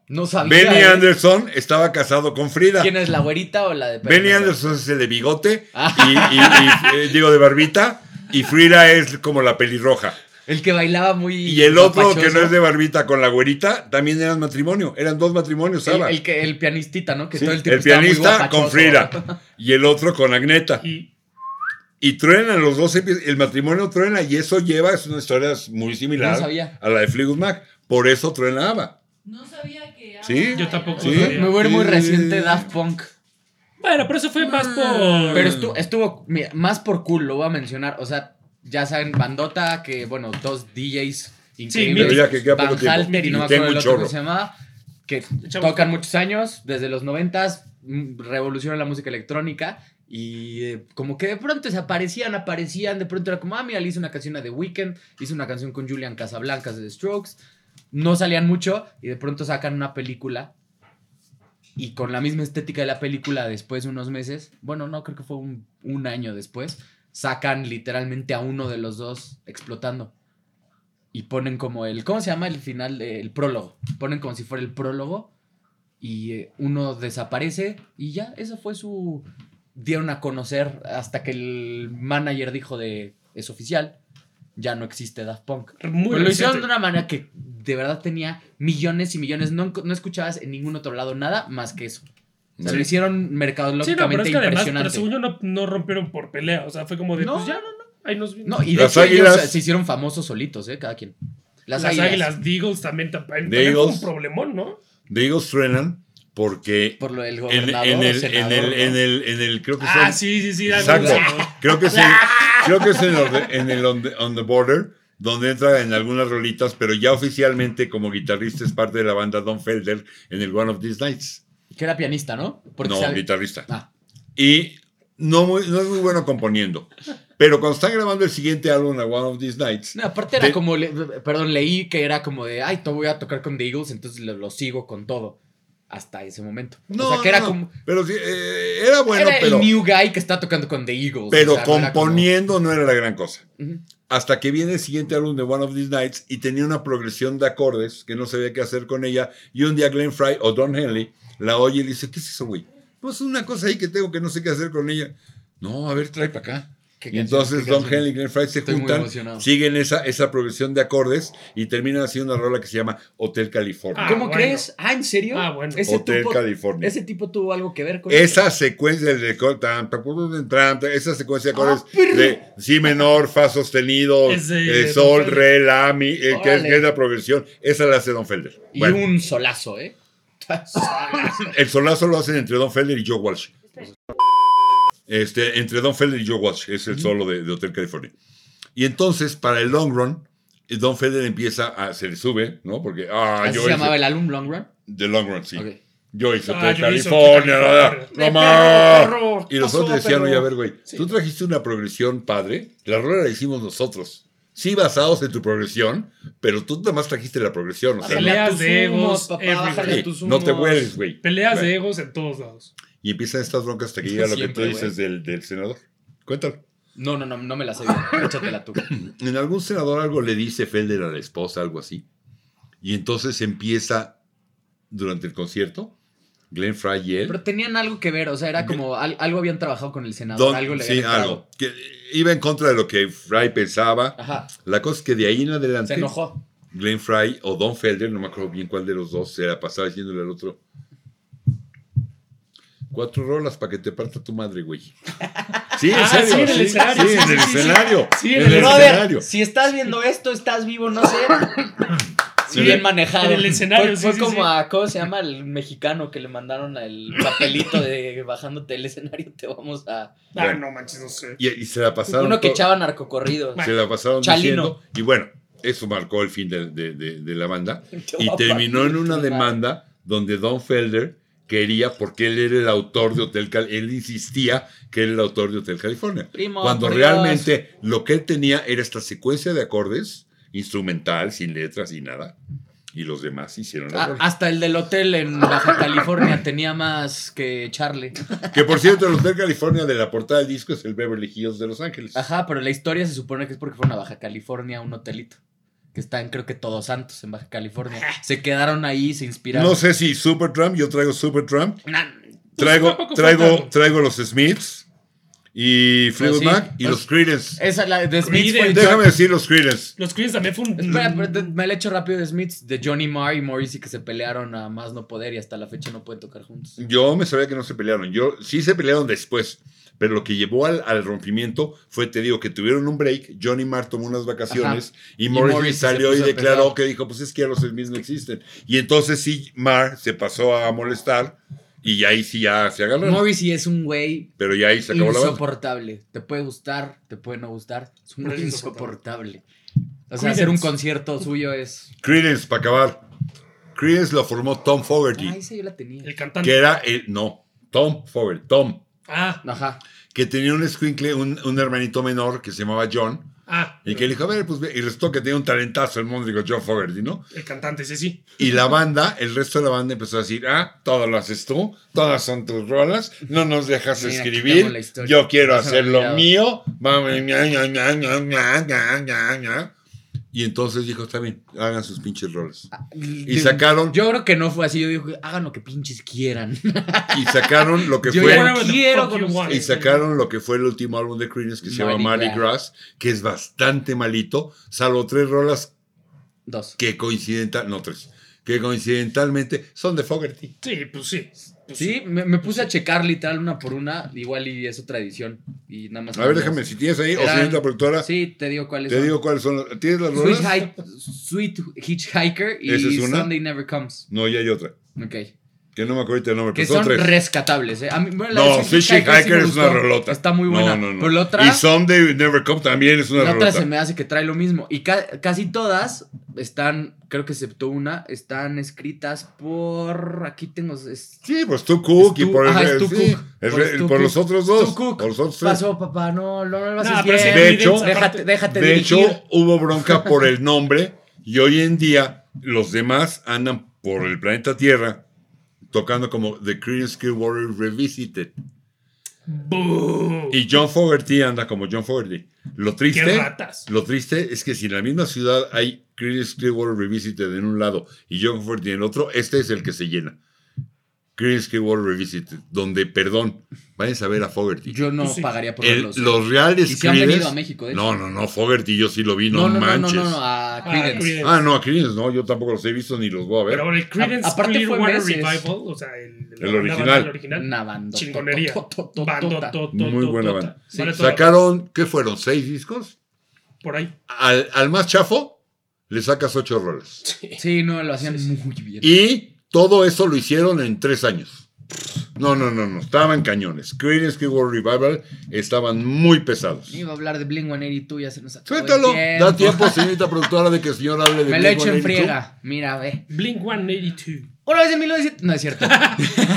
[SPEAKER 2] No sabía.
[SPEAKER 1] Benny
[SPEAKER 2] ¿eh?
[SPEAKER 1] Anderson estaba casado con Frida.
[SPEAKER 2] ¿Quién es la güerita o la Ah. de
[SPEAKER 1] Benny
[SPEAKER 2] Perdón.
[SPEAKER 1] Anderson es el de
[SPEAKER 2] (laughs)
[SPEAKER 1] bigote y, y- y, eh, digo de barbita y Frida es como la pelirroja.
[SPEAKER 2] El que bailaba muy.
[SPEAKER 1] Y el otro que
[SPEAKER 2] guapachoso.
[SPEAKER 1] no es de barbita con la güerita también eran matrimonio, eran dos matrimonios,
[SPEAKER 2] El,
[SPEAKER 1] Saba.
[SPEAKER 2] el que, el pianistita, ¿no? Que
[SPEAKER 1] Sí,
[SPEAKER 2] todo el
[SPEAKER 1] el,
[SPEAKER 2] tiempo estaba muy
[SPEAKER 1] pianista con
[SPEAKER 2] guapachoso. (laughs)
[SPEAKER 1] Frida y el otro con Agneta.
[SPEAKER 3] Y
[SPEAKER 1] Y truenan los dos, empie- el matrimonio truena y eso lleva, es una historia muy
[SPEAKER 2] No
[SPEAKER 1] similar
[SPEAKER 2] sabía.
[SPEAKER 1] a la de Fleetwood Mac. Por eso truenaba.
[SPEAKER 4] No sabía que.
[SPEAKER 1] Sí.
[SPEAKER 4] ahora
[SPEAKER 3] Yo tampoco
[SPEAKER 1] Sí.
[SPEAKER 3] sabía.
[SPEAKER 2] Me voy a ir muy
[SPEAKER 1] Sí.
[SPEAKER 2] reciente Daft Punk.
[SPEAKER 3] Bueno, pero eso fue más por.
[SPEAKER 2] Pero estuvo, estuvo mira, más por cool, lo voy a mencionar. O sea, ya saben, bandota, que bueno, dos DJs increíbles.
[SPEAKER 1] Pero ya que queda
[SPEAKER 2] Van
[SPEAKER 1] poco tiempo.
[SPEAKER 2] Halter y no me
[SPEAKER 1] tengo
[SPEAKER 2] acuerdo el
[SPEAKER 1] un
[SPEAKER 2] otro que
[SPEAKER 1] chorro.
[SPEAKER 2] se llamaba, que
[SPEAKER 3] Echamos-
[SPEAKER 2] tocan muchos años, desde los noventas, mm, revolucionan la música electrónica y eh, como que de pronto se aparecían, aparecían, de pronto era como, ah, mira, le hice una canción a The Weeknd, hice una canción con Julian Casablancas de The Strokes, no salían mucho y de pronto sacan una película y con la misma estética de la película después de unos meses, bueno, no, creo que fue un, un año después, sacan literalmente a uno de los dos explotando. Y ponen como el, ¿cómo se llama el final? de- el prólogo. Ponen como si fuera el prólogo y eh, uno desaparece y ya, esa fue su... Dieron a conocer hasta que el manager dijo de, es oficial, ya no existe Daft Punk.
[SPEAKER 3] Muy
[SPEAKER 2] Pero lo hicieron de
[SPEAKER 3] reciente.
[SPEAKER 2] una manera que de verdad tenía millones y millones. No, enco- no escuchabas en ningún otro lado nada más que eso. O sea,
[SPEAKER 1] Sí.
[SPEAKER 2] Lo hicieron
[SPEAKER 3] Sí, no, pero
[SPEAKER 2] mercadológicamente
[SPEAKER 3] es que además, pero
[SPEAKER 2] impresionante.
[SPEAKER 3] según yo no, no rompieron por pelea. O sea, fue como de.
[SPEAKER 2] No,
[SPEAKER 3] pues ya, ahí nos
[SPEAKER 2] No, y de
[SPEAKER 1] Las
[SPEAKER 2] hecho ellos
[SPEAKER 1] Águilas-
[SPEAKER 2] se hicieron famosos solitos, ¿eh? Cada quien. Las,
[SPEAKER 3] Las,
[SPEAKER 2] águilas,
[SPEAKER 3] águilas, de Eagles también, también
[SPEAKER 1] De
[SPEAKER 3] fue un
[SPEAKER 1] Eagles.
[SPEAKER 3] problemón, ¿no?
[SPEAKER 1] De ellos truenan porque
[SPEAKER 2] Por lo del
[SPEAKER 1] en,
[SPEAKER 2] gobernador.
[SPEAKER 1] en el, en,
[SPEAKER 2] senador,
[SPEAKER 1] el,
[SPEAKER 2] ¿no?
[SPEAKER 1] en, el, en el- creo que
[SPEAKER 2] Pues
[SPEAKER 1] son-
[SPEAKER 3] Ah, sí, sí, sí.
[SPEAKER 1] Exacto.
[SPEAKER 3] algo- Ah,
[SPEAKER 1] Creo que es
[SPEAKER 2] (laughs)
[SPEAKER 1] en, creo que es en, el, en el on, the, On the Border, donde entra en algunas rolitas, pero ya oficialmente como guitarrista es parte de la banda Don Felder en el One of These Nights.
[SPEAKER 2] Que era pianista, ¿no? Porque
[SPEAKER 1] no,
[SPEAKER 2] sabe-
[SPEAKER 1] guitarrista.
[SPEAKER 2] Ah,
[SPEAKER 1] Y no, muy- no es muy bueno componiendo. Pero cuando están grabando el siguiente álbum, a One of These Nights,
[SPEAKER 2] no, aparte era
[SPEAKER 1] De-
[SPEAKER 2] como, le- perdón, leí que era como de, ay, te voy a tocar con The Eagles, entonces lo, lo sigo con todo. Hasta ese momento.
[SPEAKER 1] no,
[SPEAKER 2] o sea, que era
[SPEAKER 1] no,
[SPEAKER 2] como...
[SPEAKER 1] pero sí, eh, era bueno,
[SPEAKER 2] era
[SPEAKER 1] pero,
[SPEAKER 2] el new guy que está tocando con The Eagles.
[SPEAKER 1] pero
[SPEAKER 2] o sea, no era como-
[SPEAKER 1] componiendo no era la gran cosa.
[SPEAKER 2] Ujú.
[SPEAKER 1] hasta que viene el siguiente álbum de One of These Nights y tenía una progresión de acordes que no sabía qué hacer con ella. Y un día Glenn Fry o Don Henley la oye y le dice, ¿qué es eso, güey? Pues una cosa ahí que tengo que no sé qué hacer con ella. No, a ver, trae para acá.
[SPEAKER 2] ¿Qué
[SPEAKER 1] Y
[SPEAKER 2] canción?
[SPEAKER 1] entonces
[SPEAKER 2] ¿Qué
[SPEAKER 1] Don
[SPEAKER 2] canción?
[SPEAKER 1] Henley y Glenn Fry se
[SPEAKER 2] Estoy muy
[SPEAKER 1] juntan,
[SPEAKER 2] emocionado.
[SPEAKER 1] siguen esa, esa progresión de acordes y terminan haciendo una rola que se llama Hotel California.
[SPEAKER 3] Ah,
[SPEAKER 2] ¿Cómo
[SPEAKER 3] bueno.
[SPEAKER 2] crees? Ah, ¿en serio?
[SPEAKER 3] Ah, bueno.
[SPEAKER 2] Ese
[SPEAKER 1] Hotel
[SPEAKER 2] tipo,
[SPEAKER 1] California.
[SPEAKER 2] ese tipo tuvo algo que ver con
[SPEAKER 1] Esa secuencia de acor- tan, tan, tan, tan, tan, esa secuencia de acordes
[SPEAKER 2] Ah, perro.
[SPEAKER 1] de si menor, fa sostenido,
[SPEAKER 3] Es de-
[SPEAKER 1] eh, sol,
[SPEAKER 3] Don
[SPEAKER 1] re, la, mi, eh, que, es,
[SPEAKER 2] Órale.
[SPEAKER 1] que es la progresión, esa la hace Don Felder.
[SPEAKER 2] Y
[SPEAKER 1] Bueno, Ah,
[SPEAKER 2] un solazo, ¿eh?
[SPEAKER 1] El solazo lo hacen entre Don Felder y Joe Walsh. Este, entre Don Felder y Joe Walsh, es el solo de, de Hotel California. Y entonces, para el long run, eh, Don Felder empieza a, se le sube, ¿no? Porque, ah,
[SPEAKER 2] Así
[SPEAKER 1] yo
[SPEAKER 2] se
[SPEAKER 1] hice-
[SPEAKER 2] llamaba el álbum Long Run.
[SPEAKER 1] The long run, sí.
[SPEAKER 2] Ok.
[SPEAKER 1] Yo hice
[SPEAKER 3] Ah,
[SPEAKER 1] Hotel
[SPEAKER 3] yo hice
[SPEAKER 1] California,
[SPEAKER 3] Hotel
[SPEAKER 1] la- la-
[SPEAKER 2] De
[SPEAKER 3] California.
[SPEAKER 1] la-
[SPEAKER 2] perro, perro,
[SPEAKER 1] Y los
[SPEAKER 2] pasó,
[SPEAKER 1] otros decían,
[SPEAKER 2] perro.
[SPEAKER 1] oye, a ver, güey,
[SPEAKER 3] Sí.
[SPEAKER 1] tú trajiste una progresión padre, la rueda la hicimos nosotros. Sí, basados en tu progresión, pero tú nada más trajiste la progresión. O sea,
[SPEAKER 2] Bájale
[SPEAKER 1] no,
[SPEAKER 2] a
[SPEAKER 3] Peleas
[SPEAKER 2] tus
[SPEAKER 3] de egos,
[SPEAKER 2] humos, papá,
[SPEAKER 3] everywhere.
[SPEAKER 2] bájale a tus
[SPEAKER 1] sí, no te
[SPEAKER 2] humos.
[SPEAKER 1] hueles, güey.
[SPEAKER 3] Peleas
[SPEAKER 1] Bueno.
[SPEAKER 3] de egos en todos lados.
[SPEAKER 1] Y empiezan estas broncas hasta que llega lo que tú
[SPEAKER 2] Siempre,
[SPEAKER 1] dices del, del senador. Cuéntalo.
[SPEAKER 2] No, no, no, no me la sé bien.
[SPEAKER 1] (laughs)
[SPEAKER 2] Échatela tú.
[SPEAKER 1] En algún senador algo le dice Felder a la esposa, algo así. Y entonces empieza durante el concierto, Glenn Fry y él.
[SPEAKER 2] Pero tenían algo que ver, o sea, era como al- algo habían trabajado con el senador,
[SPEAKER 1] Don-
[SPEAKER 2] algo le
[SPEAKER 1] sí,
[SPEAKER 2] habían
[SPEAKER 1] algo. Que iba en contra de lo que Fry pensaba.
[SPEAKER 2] entrado. Ajá.
[SPEAKER 1] La cosa es que de ahí en adelante,
[SPEAKER 2] Se enojó.
[SPEAKER 1] Glenn Fry o Don Felder, no me acuerdo bien cuál de los dos, era pasaba diciéndole al otro. Cuatro rolas para que te parta tu madre, güey. Sí, en serio.
[SPEAKER 3] Ah, sí, en el
[SPEAKER 1] sí,
[SPEAKER 3] escenario,
[SPEAKER 1] sí,
[SPEAKER 3] sí,
[SPEAKER 1] en
[SPEAKER 3] sí,
[SPEAKER 1] el
[SPEAKER 3] sí, sí.
[SPEAKER 1] escenario.
[SPEAKER 3] Sí, en
[SPEAKER 1] en
[SPEAKER 3] el
[SPEAKER 1] el
[SPEAKER 2] Brother,
[SPEAKER 1] escenario.
[SPEAKER 2] si estás viendo esto, estás vivo, no sé.
[SPEAKER 1] (coughs) Sí,
[SPEAKER 2] bien
[SPEAKER 1] le-
[SPEAKER 2] manejado.
[SPEAKER 3] en el escenario,
[SPEAKER 2] Fue,
[SPEAKER 3] sí,
[SPEAKER 2] fue
[SPEAKER 3] sí,
[SPEAKER 2] como
[SPEAKER 3] sí.
[SPEAKER 2] a, ¿cómo se llama? El mexicano que le mandaron el papelito de bajándote el escenario, te vamos a.
[SPEAKER 3] Ah, no manches, no sé.
[SPEAKER 1] Y, y se la pasaron.
[SPEAKER 2] Uno que
[SPEAKER 1] to-
[SPEAKER 2] echaba narcocorridos.
[SPEAKER 1] se la pasaron
[SPEAKER 2] Chalino.
[SPEAKER 1] diciendo. Y bueno, eso marcó el fin de, de- de- de la banda.
[SPEAKER 2] (laughs) Te voy
[SPEAKER 1] Y
[SPEAKER 2] a
[SPEAKER 1] terminó
[SPEAKER 2] partir
[SPEAKER 1] en una
[SPEAKER 2] tu madre.
[SPEAKER 1] demanda donde Don Felder quería, porque él era el autor de Hotel California, él insistía que era el autor de Hotel California.
[SPEAKER 2] Primo,
[SPEAKER 1] cuando
[SPEAKER 2] por Dios.
[SPEAKER 1] realmente lo que él tenía era esta secuencia de acordes, instrumental, sin letras y nada. Y los demás hicieron la
[SPEAKER 2] A-
[SPEAKER 1] rola.
[SPEAKER 2] hasta el del hotel en Baja California tenía más que Charlie.
[SPEAKER 1] Que por cierto, el Hotel California de la portada del disco es el Beverly Hills de Los Ángeles.
[SPEAKER 2] Ajá, pero la historia se supone que es porque fueron a Baja California a un hotelito. Que está en, creo que Todos Santos, en Baja California. Se quedaron ahí, se inspiraron.
[SPEAKER 1] No sé si Supertramp, yo traigo Supertramp.
[SPEAKER 2] Na-
[SPEAKER 1] Traigo,
[SPEAKER 3] tampoco
[SPEAKER 1] traigo,
[SPEAKER 3] faltaron.
[SPEAKER 1] traigo los Smiths y Fleetwood
[SPEAKER 2] sí, Eh,
[SPEAKER 1] Mac y
[SPEAKER 2] pues-
[SPEAKER 1] los Creedence.
[SPEAKER 2] esa es la de Smith. Fue
[SPEAKER 3] Miren,
[SPEAKER 1] Déjame decir los Creedence.
[SPEAKER 3] Los Queens también fue un.
[SPEAKER 2] Espera, pero te- me la echo rápido de Smith, de Johnny Marr y Morrissey que se pelearon a más no poder y hasta la fecha no pueden tocar juntos.
[SPEAKER 1] Yo me sabía que no se pelearon. Yo sí se pelearon después, pero lo que llevó al, al rompimiento fue, te digo, que tuvieron un break. Johnny Marr tomó unas vacaciones y Morrissey,
[SPEAKER 2] Morrissey
[SPEAKER 1] salió y
[SPEAKER 2] se puso a
[SPEAKER 1] declaró
[SPEAKER 2] pelear.
[SPEAKER 1] que dijo, pues es que ya los Smiths no existen. Y entonces sí, Marr se pasó a molestar y ahí sí ya se agarraron.
[SPEAKER 2] Morrissey es un güey
[SPEAKER 1] pero ya ahí se acabó la banda.
[SPEAKER 2] insoportable. Te puede gustar, te puede no gustar. Es un
[SPEAKER 3] Pero
[SPEAKER 2] güey
[SPEAKER 3] es
[SPEAKER 2] insoportable. O sea, hacer un concierto suyo es.
[SPEAKER 1] Creedence, para acabar. Creedence lo formó Tom Fogerty,
[SPEAKER 2] Ah, esa yo la tenía.
[SPEAKER 3] El cantante.
[SPEAKER 1] que era el... No, Tom Fogerty, Tom.
[SPEAKER 3] Ah,
[SPEAKER 2] Ajá.
[SPEAKER 1] Que tenía un escuincle, un, un hermanito menor que se llamaba John.
[SPEAKER 3] ah.
[SPEAKER 1] Y que le dijo, a ver, pues, ve. y resultó que tenía un talentazo el móndrigo John Fogerty, ¿no?
[SPEAKER 3] El cantante, sí, sí.
[SPEAKER 1] Y la banda, el resto de la banda empezó a decir, ah, todo lo haces tú, todas son tus rolas, no nos dejas
[SPEAKER 2] Mira, aquí tengo la
[SPEAKER 1] escribir,
[SPEAKER 2] historia.
[SPEAKER 1] yo quiero
[SPEAKER 2] Eso me
[SPEAKER 1] hacer lo
[SPEAKER 2] olvidaba.
[SPEAKER 1] mío. Mami, ña, ña, ña, ña, ña, ña, ña, ña. Y entonces dijo, está bien, hagan sus pinches rolas. Y sacaron,
[SPEAKER 2] Yo creo que no fue así. Yo digo, hagan lo que pinches quieran. (laughs)
[SPEAKER 1] y sacaron lo que
[SPEAKER 2] Yo
[SPEAKER 1] fue...
[SPEAKER 2] ya no quiero
[SPEAKER 3] Whatever the fuck you
[SPEAKER 2] con
[SPEAKER 3] want.
[SPEAKER 1] Y sacaron lo que fue el último álbum de Creedence que se llama
[SPEAKER 2] Mardi
[SPEAKER 1] Mardi Gras, que es bastante malito, salvo tres rolas
[SPEAKER 2] Dos.
[SPEAKER 1] que coincidental, no tres, que coincidentalmente son de Fogerty.
[SPEAKER 3] Sí, pues sí. Pues
[SPEAKER 2] Sí, me, me puse a checar literal una por una. Igual y es otra edición. Y nada más.
[SPEAKER 1] A ver, déjame, si tienes ahí, o
[SPEAKER 2] Eran-
[SPEAKER 1] si eres la productora,
[SPEAKER 2] Sí, te digo cuál es.
[SPEAKER 1] te digo cuáles son. las- ¿Tienes las rolas?
[SPEAKER 2] Sweet, Hi- Sweet Hitchhiker y
[SPEAKER 1] Esa es una.
[SPEAKER 2] Sunday Never Comes.
[SPEAKER 1] No, ya hay otra,
[SPEAKER 2] Ok.
[SPEAKER 1] que no me acuerdo ahorita el nombre,
[SPEAKER 2] Que
[SPEAKER 1] pero son
[SPEAKER 2] son
[SPEAKER 1] tres.
[SPEAKER 2] rescatables, ¿eh? A mí- bueno, la
[SPEAKER 1] pues no,
[SPEAKER 2] de Sweet
[SPEAKER 1] Fishing
[SPEAKER 2] Hitchhiker sí
[SPEAKER 1] Hiker
[SPEAKER 2] me
[SPEAKER 1] es una
[SPEAKER 2] gustó.
[SPEAKER 1] rolota.
[SPEAKER 2] Está muy buena.
[SPEAKER 1] No, no, no.
[SPEAKER 2] Pero la otra,
[SPEAKER 1] Y Someday Never Come también es una
[SPEAKER 2] la otra
[SPEAKER 1] rolota.
[SPEAKER 2] se me hace que trae lo mismo. Y ca- casi todas están, creo que excepto una, están escritas por. Aquí tengo. es-
[SPEAKER 1] Sí, pues Stu Cook y
[SPEAKER 2] Stu-
[SPEAKER 1] por, el,
[SPEAKER 2] ajá, Stu
[SPEAKER 1] sí,
[SPEAKER 2] Cook.
[SPEAKER 1] el-
[SPEAKER 2] Por
[SPEAKER 1] el-
[SPEAKER 2] Stu
[SPEAKER 1] por los
[SPEAKER 2] Cook.
[SPEAKER 1] otros dos.
[SPEAKER 2] Stu Cook.
[SPEAKER 1] Por los otros tres.
[SPEAKER 2] Pasó, papá, no, no lo haces
[SPEAKER 3] No, pero
[SPEAKER 2] bien.
[SPEAKER 3] ese
[SPEAKER 1] De hecho,
[SPEAKER 3] Evidence, aparte-
[SPEAKER 2] Déjate, déjate
[SPEAKER 1] De
[SPEAKER 2] dirigir.
[SPEAKER 1] hecho, hubo
[SPEAKER 2] (laughs)
[SPEAKER 1] bronca por el nombre y hoy en día los demás andan por el planeta Tierra tocando como The Creedence Clearwater Revisited.
[SPEAKER 3] ¡Bú!
[SPEAKER 1] Y John Fogerty anda como John Fogerty. Lo
[SPEAKER 3] ¡Qué
[SPEAKER 1] triste,
[SPEAKER 3] ratas!
[SPEAKER 1] lo triste es que si en la misma ciudad hay Creedence Clearwater Revisited en un lado y John Fogerty en el otro, este es el que se llena. Creedence Clearwater Revisited, donde, perdón, vayan a ver a Fogerty.
[SPEAKER 2] Yo no
[SPEAKER 3] Pues sí.
[SPEAKER 2] pagaría por
[SPEAKER 1] El-
[SPEAKER 2] verlos.
[SPEAKER 1] los reales
[SPEAKER 2] Y si han venido
[SPEAKER 1] Creedence-
[SPEAKER 2] a México, de hecho.
[SPEAKER 1] No, no, no, Fogerty yo sí lo vi, no,
[SPEAKER 2] No, no, no, no,
[SPEAKER 1] manches.
[SPEAKER 2] no, no, a Creedence.
[SPEAKER 3] Creedence.
[SPEAKER 1] Ah, no, a Creedence no, yo tampoco los he visto ni los voy a ver.
[SPEAKER 3] Pero bueno, el Creedence
[SPEAKER 2] A- aparte fue
[SPEAKER 3] Clearwater
[SPEAKER 2] meses.
[SPEAKER 3] Revival, o sea, el,
[SPEAKER 1] El
[SPEAKER 3] la
[SPEAKER 1] original.
[SPEAKER 3] banda, el original. tota,
[SPEAKER 2] Una banda. (laughs)
[SPEAKER 3] Chingonería.
[SPEAKER 2] tota.
[SPEAKER 1] Muy buena
[SPEAKER 3] Bandototototota.
[SPEAKER 1] banda.
[SPEAKER 3] Vale toda la-
[SPEAKER 1] Sacaron, ¿qué fueron? ¿Seis discos?
[SPEAKER 3] Por ahí.
[SPEAKER 1] Al, al más chafo le sacas ocho roles.
[SPEAKER 2] Sí, no, lo hacían muy bien.
[SPEAKER 1] Y todo eso lo hicieron en tres años. No, no, no, no, estaban cañones. Creedence Clearwater Revival estaban muy pesados.
[SPEAKER 2] Iba a hablar de Bling 182 y ya se nos acabó. el
[SPEAKER 1] Suéltalo, da
[SPEAKER 2] tiempo.
[SPEAKER 1] tiempo, señorita productora, de que el señor hable de
[SPEAKER 2] Me lo he hecho en
[SPEAKER 1] 182.
[SPEAKER 2] friega. Mira, ve.
[SPEAKER 3] Blink 182.
[SPEAKER 2] Una vez en 1900. No es cierto. (laughs)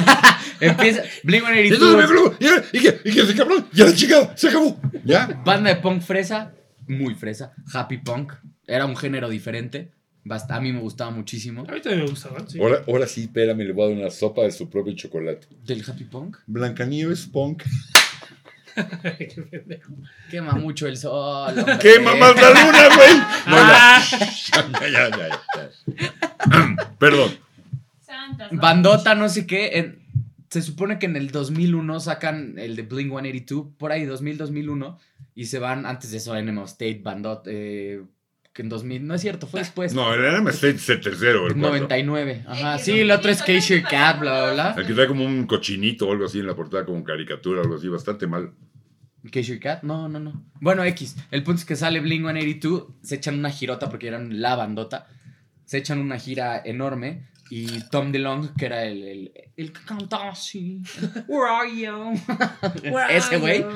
[SPEAKER 2] Empieza. Bling
[SPEAKER 1] Y entonces me
[SPEAKER 2] 182.
[SPEAKER 1] habló, y era- y que, y que se cabrón, ya la chica, se acabó. ¿Ya?
[SPEAKER 2] Banda de punk fresa. Muy fresa. Happy punk. Era un género diferente. Bast- a mí me gustaba muchísimo.
[SPEAKER 3] A mí también me gustaban, sí.
[SPEAKER 1] Ahora, ahora sí, espérame, le voy a dar una sopa de su propio chocolate.
[SPEAKER 2] ¿Del happy punk?
[SPEAKER 1] Blancanieves Punk.
[SPEAKER 3] (laughs) Qué pendejo.
[SPEAKER 2] Quema mucho el sol.
[SPEAKER 1] ¡Qué
[SPEAKER 2] mamá
[SPEAKER 1] mamás la luna, güey! No,
[SPEAKER 2] Ah.
[SPEAKER 1] (laughs) ya, ya, ya, ya, ya. Perdón.
[SPEAKER 4] Santa. Santa.
[SPEAKER 2] Bandota, no sé qué. en- se supone que en el 2001 sacan el de Blink 182, por ahí 2000-2001, y se van antes de eso Enema of State, Bandot, eh, que en 2000, no es cierto, fue después.
[SPEAKER 1] Ah, No, el Adam State es el tercero, el cuarto.
[SPEAKER 2] 99, ajá,
[SPEAKER 4] que
[SPEAKER 2] sí, el otro es
[SPEAKER 4] 2000
[SPEAKER 2] Cashier
[SPEAKER 4] sacaron
[SPEAKER 2] Cat,
[SPEAKER 4] para
[SPEAKER 2] bla, bla,
[SPEAKER 1] El que trae como un cochinito o algo así en la portada, como caricatura o algo así, bastante mal.
[SPEAKER 2] bla. Cashier Cat, no, no, no. Bueno, X, el punto es que sale Blink 182, se echan una girota porque eran la bandota, se echan una gira enorme, y Tom DeLonge, que era el, el, el que cantaba (laughs) así, Where are you? Ese güey.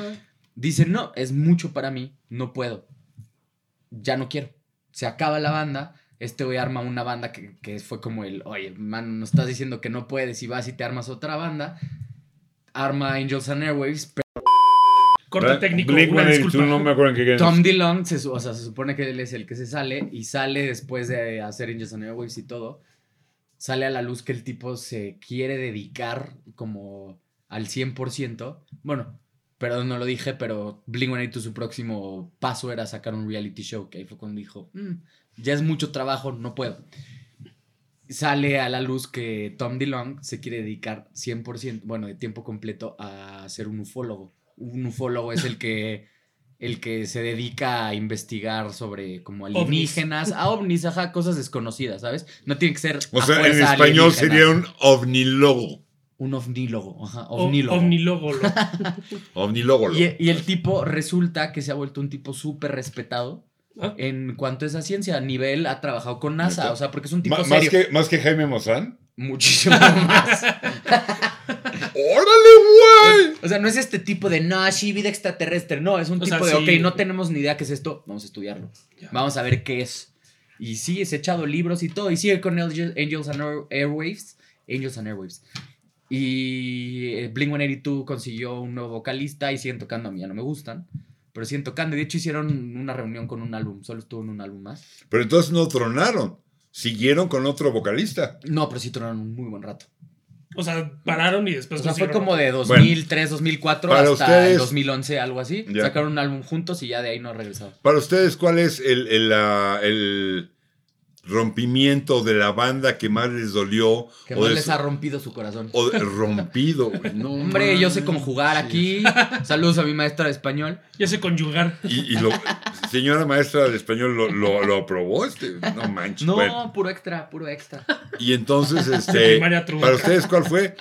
[SPEAKER 2] Dice, no, es mucho para mí, no puedo. Ya no quiero. Se acaba la banda. Este güey arma una banda que, que fue como el, oye, man, nos estás diciendo que no puedes y vas y te armas otra banda. Arma Angels and Airwaves. pero
[SPEAKER 3] Corte técnico.
[SPEAKER 1] Blink
[SPEAKER 3] una disculpa.
[SPEAKER 1] no me acuerdo en qué quedan.
[SPEAKER 2] Tom DeLonge, se, su- o sea, se supone que él es el que se sale y sale después de hacer Angels and Airwaves y todo. Sale a la luz que el tipo se quiere dedicar como al 100%. Bueno, perdón, no lo dije, pero Blink-182 su próximo paso era sacar un reality show, que ahí fue cuando dijo, "Mm, ya es mucho trabajo, no puedo. Sale a la luz que Tom DeLonge se quiere dedicar 100%, bueno, de tiempo completo a ser un ufólogo. Un ufólogo es el que, el que se dedica a investigar sobre como
[SPEAKER 3] Ovnis.
[SPEAKER 2] alienígenas, a ovnis, ajá, cosas desconocidas, ¿sabes? No tiene que ser
[SPEAKER 1] O
[SPEAKER 2] a
[SPEAKER 1] sea, en
[SPEAKER 2] fuerza
[SPEAKER 1] español
[SPEAKER 2] alienígena.
[SPEAKER 1] sería un ovnilogo.
[SPEAKER 2] Un ovnílogo, ajá,
[SPEAKER 3] O-
[SPEAKER 2] ovnílogo. (laughs)
[SPEAKER 3] Omnilogo. lo-
[SPEAKER 1] Ovnilogo.
[SPEAKER 2] Y, y el tipo resulta que se ha vuelto un tipo súper respetado
[SPEAKER 3] ¿Ah?
[SPEAKER 2] en cuanto a esa ciencia. A nivel ha trabajado con NASA,
[SPEAKER 1] Neta.
[SPEAKER 2] o sea, porque es un tipo
[SPEAKER 1] Ma- más,
[SPEAKER 2] serio.
[SPEAKER 1] que, más que Jaime Mozán.
[SPEAKER 3] (laughs)
[SPEAKER 2] Muchísimo más.
[SPEAKER 1] ¡Órale, güey!
[SPEAKER 2] O sea, no es este tipo de, no, sí, vida extraterrestre. No, es un
[SPEAKER 3] O sea,
[SPEAKER 2] tipo de,
[SPEAKER 3] sí.
[SPEAKER 2] ok, no tenemos ni idea qué es esto, vamos a estudiarlo.
[SPEAKER 3] Ya.
[SPEAKER 2] Vamos a ver qué es. Y sí, es echado libros y todo. Y sigue con Angel- Angels and Air- Airwaves. Angels and Airwaves. Y Bling 182 consiguió un nuevo vocalista y siguen tocando. A mí ya no me gustan. Pero siguen tocando. Y de hecho hicieron una reunión con un álbum. Solo estuvo en un álbum más.
[SPEAKER 1] Pero entonces no tronaron. Siguieron con otro vocalista.
[SPEAKER 2] No, pero sí tronaron un muy buen rato.
[SPEAKER 3] O sea, pararon y después.
[SPEAKER 2] O sea, fue
[SPEAKER 3] consiguieron-
[SPEAKER 2] como de 2003, 2004
[SPEAKER 1] para
[SPEAKER 2] hasta
[SPEAKER 1] ustedes-
[SPEAKER 2] 2011, algo así.
[SPEAKER 1] Ya.
[SPEAKER 2] Sacaron un álbum juntos y ya de ahí no ha regresado.
[SPEAKER 1] Para ustedes, ¿cuál es el, el, la- el rompimiento de la banda que más les dolió?
[SPEAKER 2] Que
[SPEAKER 1] o
[SPEAKER 2] más
[SPEAKER 1] de
[SPEAKER 2] les
[SPEAKER 1] su-
[SPEAKER 2] ha rompido su corazón.
[SPEAKER 1] o de- rompido. güey? No
[SPEAKER 2] Hombre, yo sé
[SPEAKER 1] manches.
[SPEAKER 2] conjugar
[SPEAKER 3] (laughs)
[SPEAKER 2] aquí. Saludos a mi maestra de español.
[SPEAKER 3] Ya sé conjugar.
[SPEAKER 1] Y, y lo- señora maestra de español lo, lo, lo aprobó. Este, no manches.
[SPEAKER 2] No,
[SPEAKER 1] Bueno,
[SPEAKER 2] puro extra, puro extra.
[SPEAKER 1] y
[SPEAKER 2] (laughs)
[SPEAKER 1] entonces,
[SPEAKER 3] De
[SPEAKER 1] este,
[SPEAKER 3] primaria truca.
[SPEAKER 1] para ustedes, ¿cuál fue?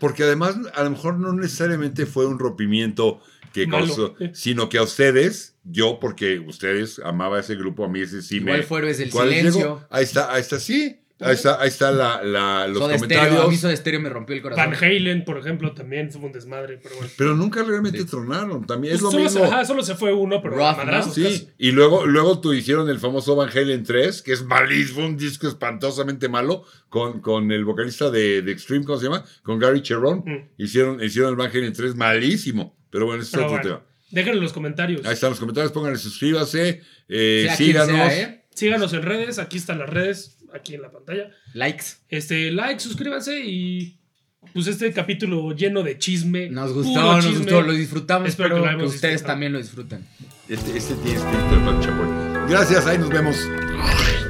[SPEAKER 1] Porque además, a lo mejor no necesariamente fue un rompimiento que
[SPEAKER 3] Malo.
[SPEAKER 1] causó, sino que a ustedes, yo, porque ustedes amaba ese grupo, a mí ese sí
[SPEAKER 2] Igual
[SPEAKER 1] me.
[SPEAKER 2] fue Héroes del
[SPEAKER 1] ¿Cuál llegó?
[SPEAKER 2] Silencio.
[SPEAKER 1] Ahí está, ahí está, sí. Ahí está, ahí está la, la- los
[SPEAKER 2] Soda Stereo. A mí
[SPEAKER 1] comentarios.
[SPEAKER 2] Soda Stereo me rompió el corazón.
[SPEAKER 3] Van Halen, por ejemplo, también fue un desmadre, pero bueno.
[SPEAKER 1] Pero nunca realmente
[SPEAKER 2] Sí.
[SPEAKER 1] tronaron. También
[SPEAKER 3] Pues
[SPEAKER 1] es lo
[SPEAKER 3] solo,
[SPEAKER 1] mismo.
[SPEAKER 3] se, ajá, solo se fue uno, pero
[SPEAKER 2] Rough,
[SPEAKER 3] madrazos
[SPEAKER 1] Sí,
[SPEAKER 3] casi.
[SPEAKER 1] y luego, luego tú hicieron el famoso Van Halen 3, que es malísimo, un disco espantosamente malo, con, con el vocalista de, de Extreme, ¿cómo se llama? Con Gary Cherron.
[SPEAKER 3] Mm.
[SPEAKER 1] Hicieron, hicieron el Van Halen 3 malísimo. Pero bueno, ese es
[SPEAKER 3] Pero
[SPEAKER 1] otro
[SPEAKER 3] bueno. Déjenlo en los comentarios.
[SPEAKER 1] tema. Ahí están los comentarios, pónganle, suscríbase, eh,
[SPEAKER 2] Sea quien sea,
[SPEAKER 1] síganos.
[SPEAKER 2] ¿eh?
[SPEAKER 3] Síganos en redes, aquí están las redes, aquí en la pantalla.
[SPEAKER 2] Likes.
[SPEAKER 3] Este, like, suscríbanse y pues este capítulo lleno de chisme.
[SPEAKER 2] Nos
[SPEAKER 3] puro
[SPEAKER 2] gustó, nos
[SPEAKER 3] chisme.
[SPEAKER 2] gustó, lo disfrutamos.
[SPEAKER 3] Espero
[SPEAKER 2] Espero
[SPEAKER 3] que lo
[SPEAKER 2] que,
[SPEAKER 3] hayamos
[SPEAKER 2] ustedes
[SPEAKER 3] disfrutado.
[SPEAKER 2] también lo disfruten.
[SPEAKER 1] Este, este tiene este Gracias, ahí nos vemos.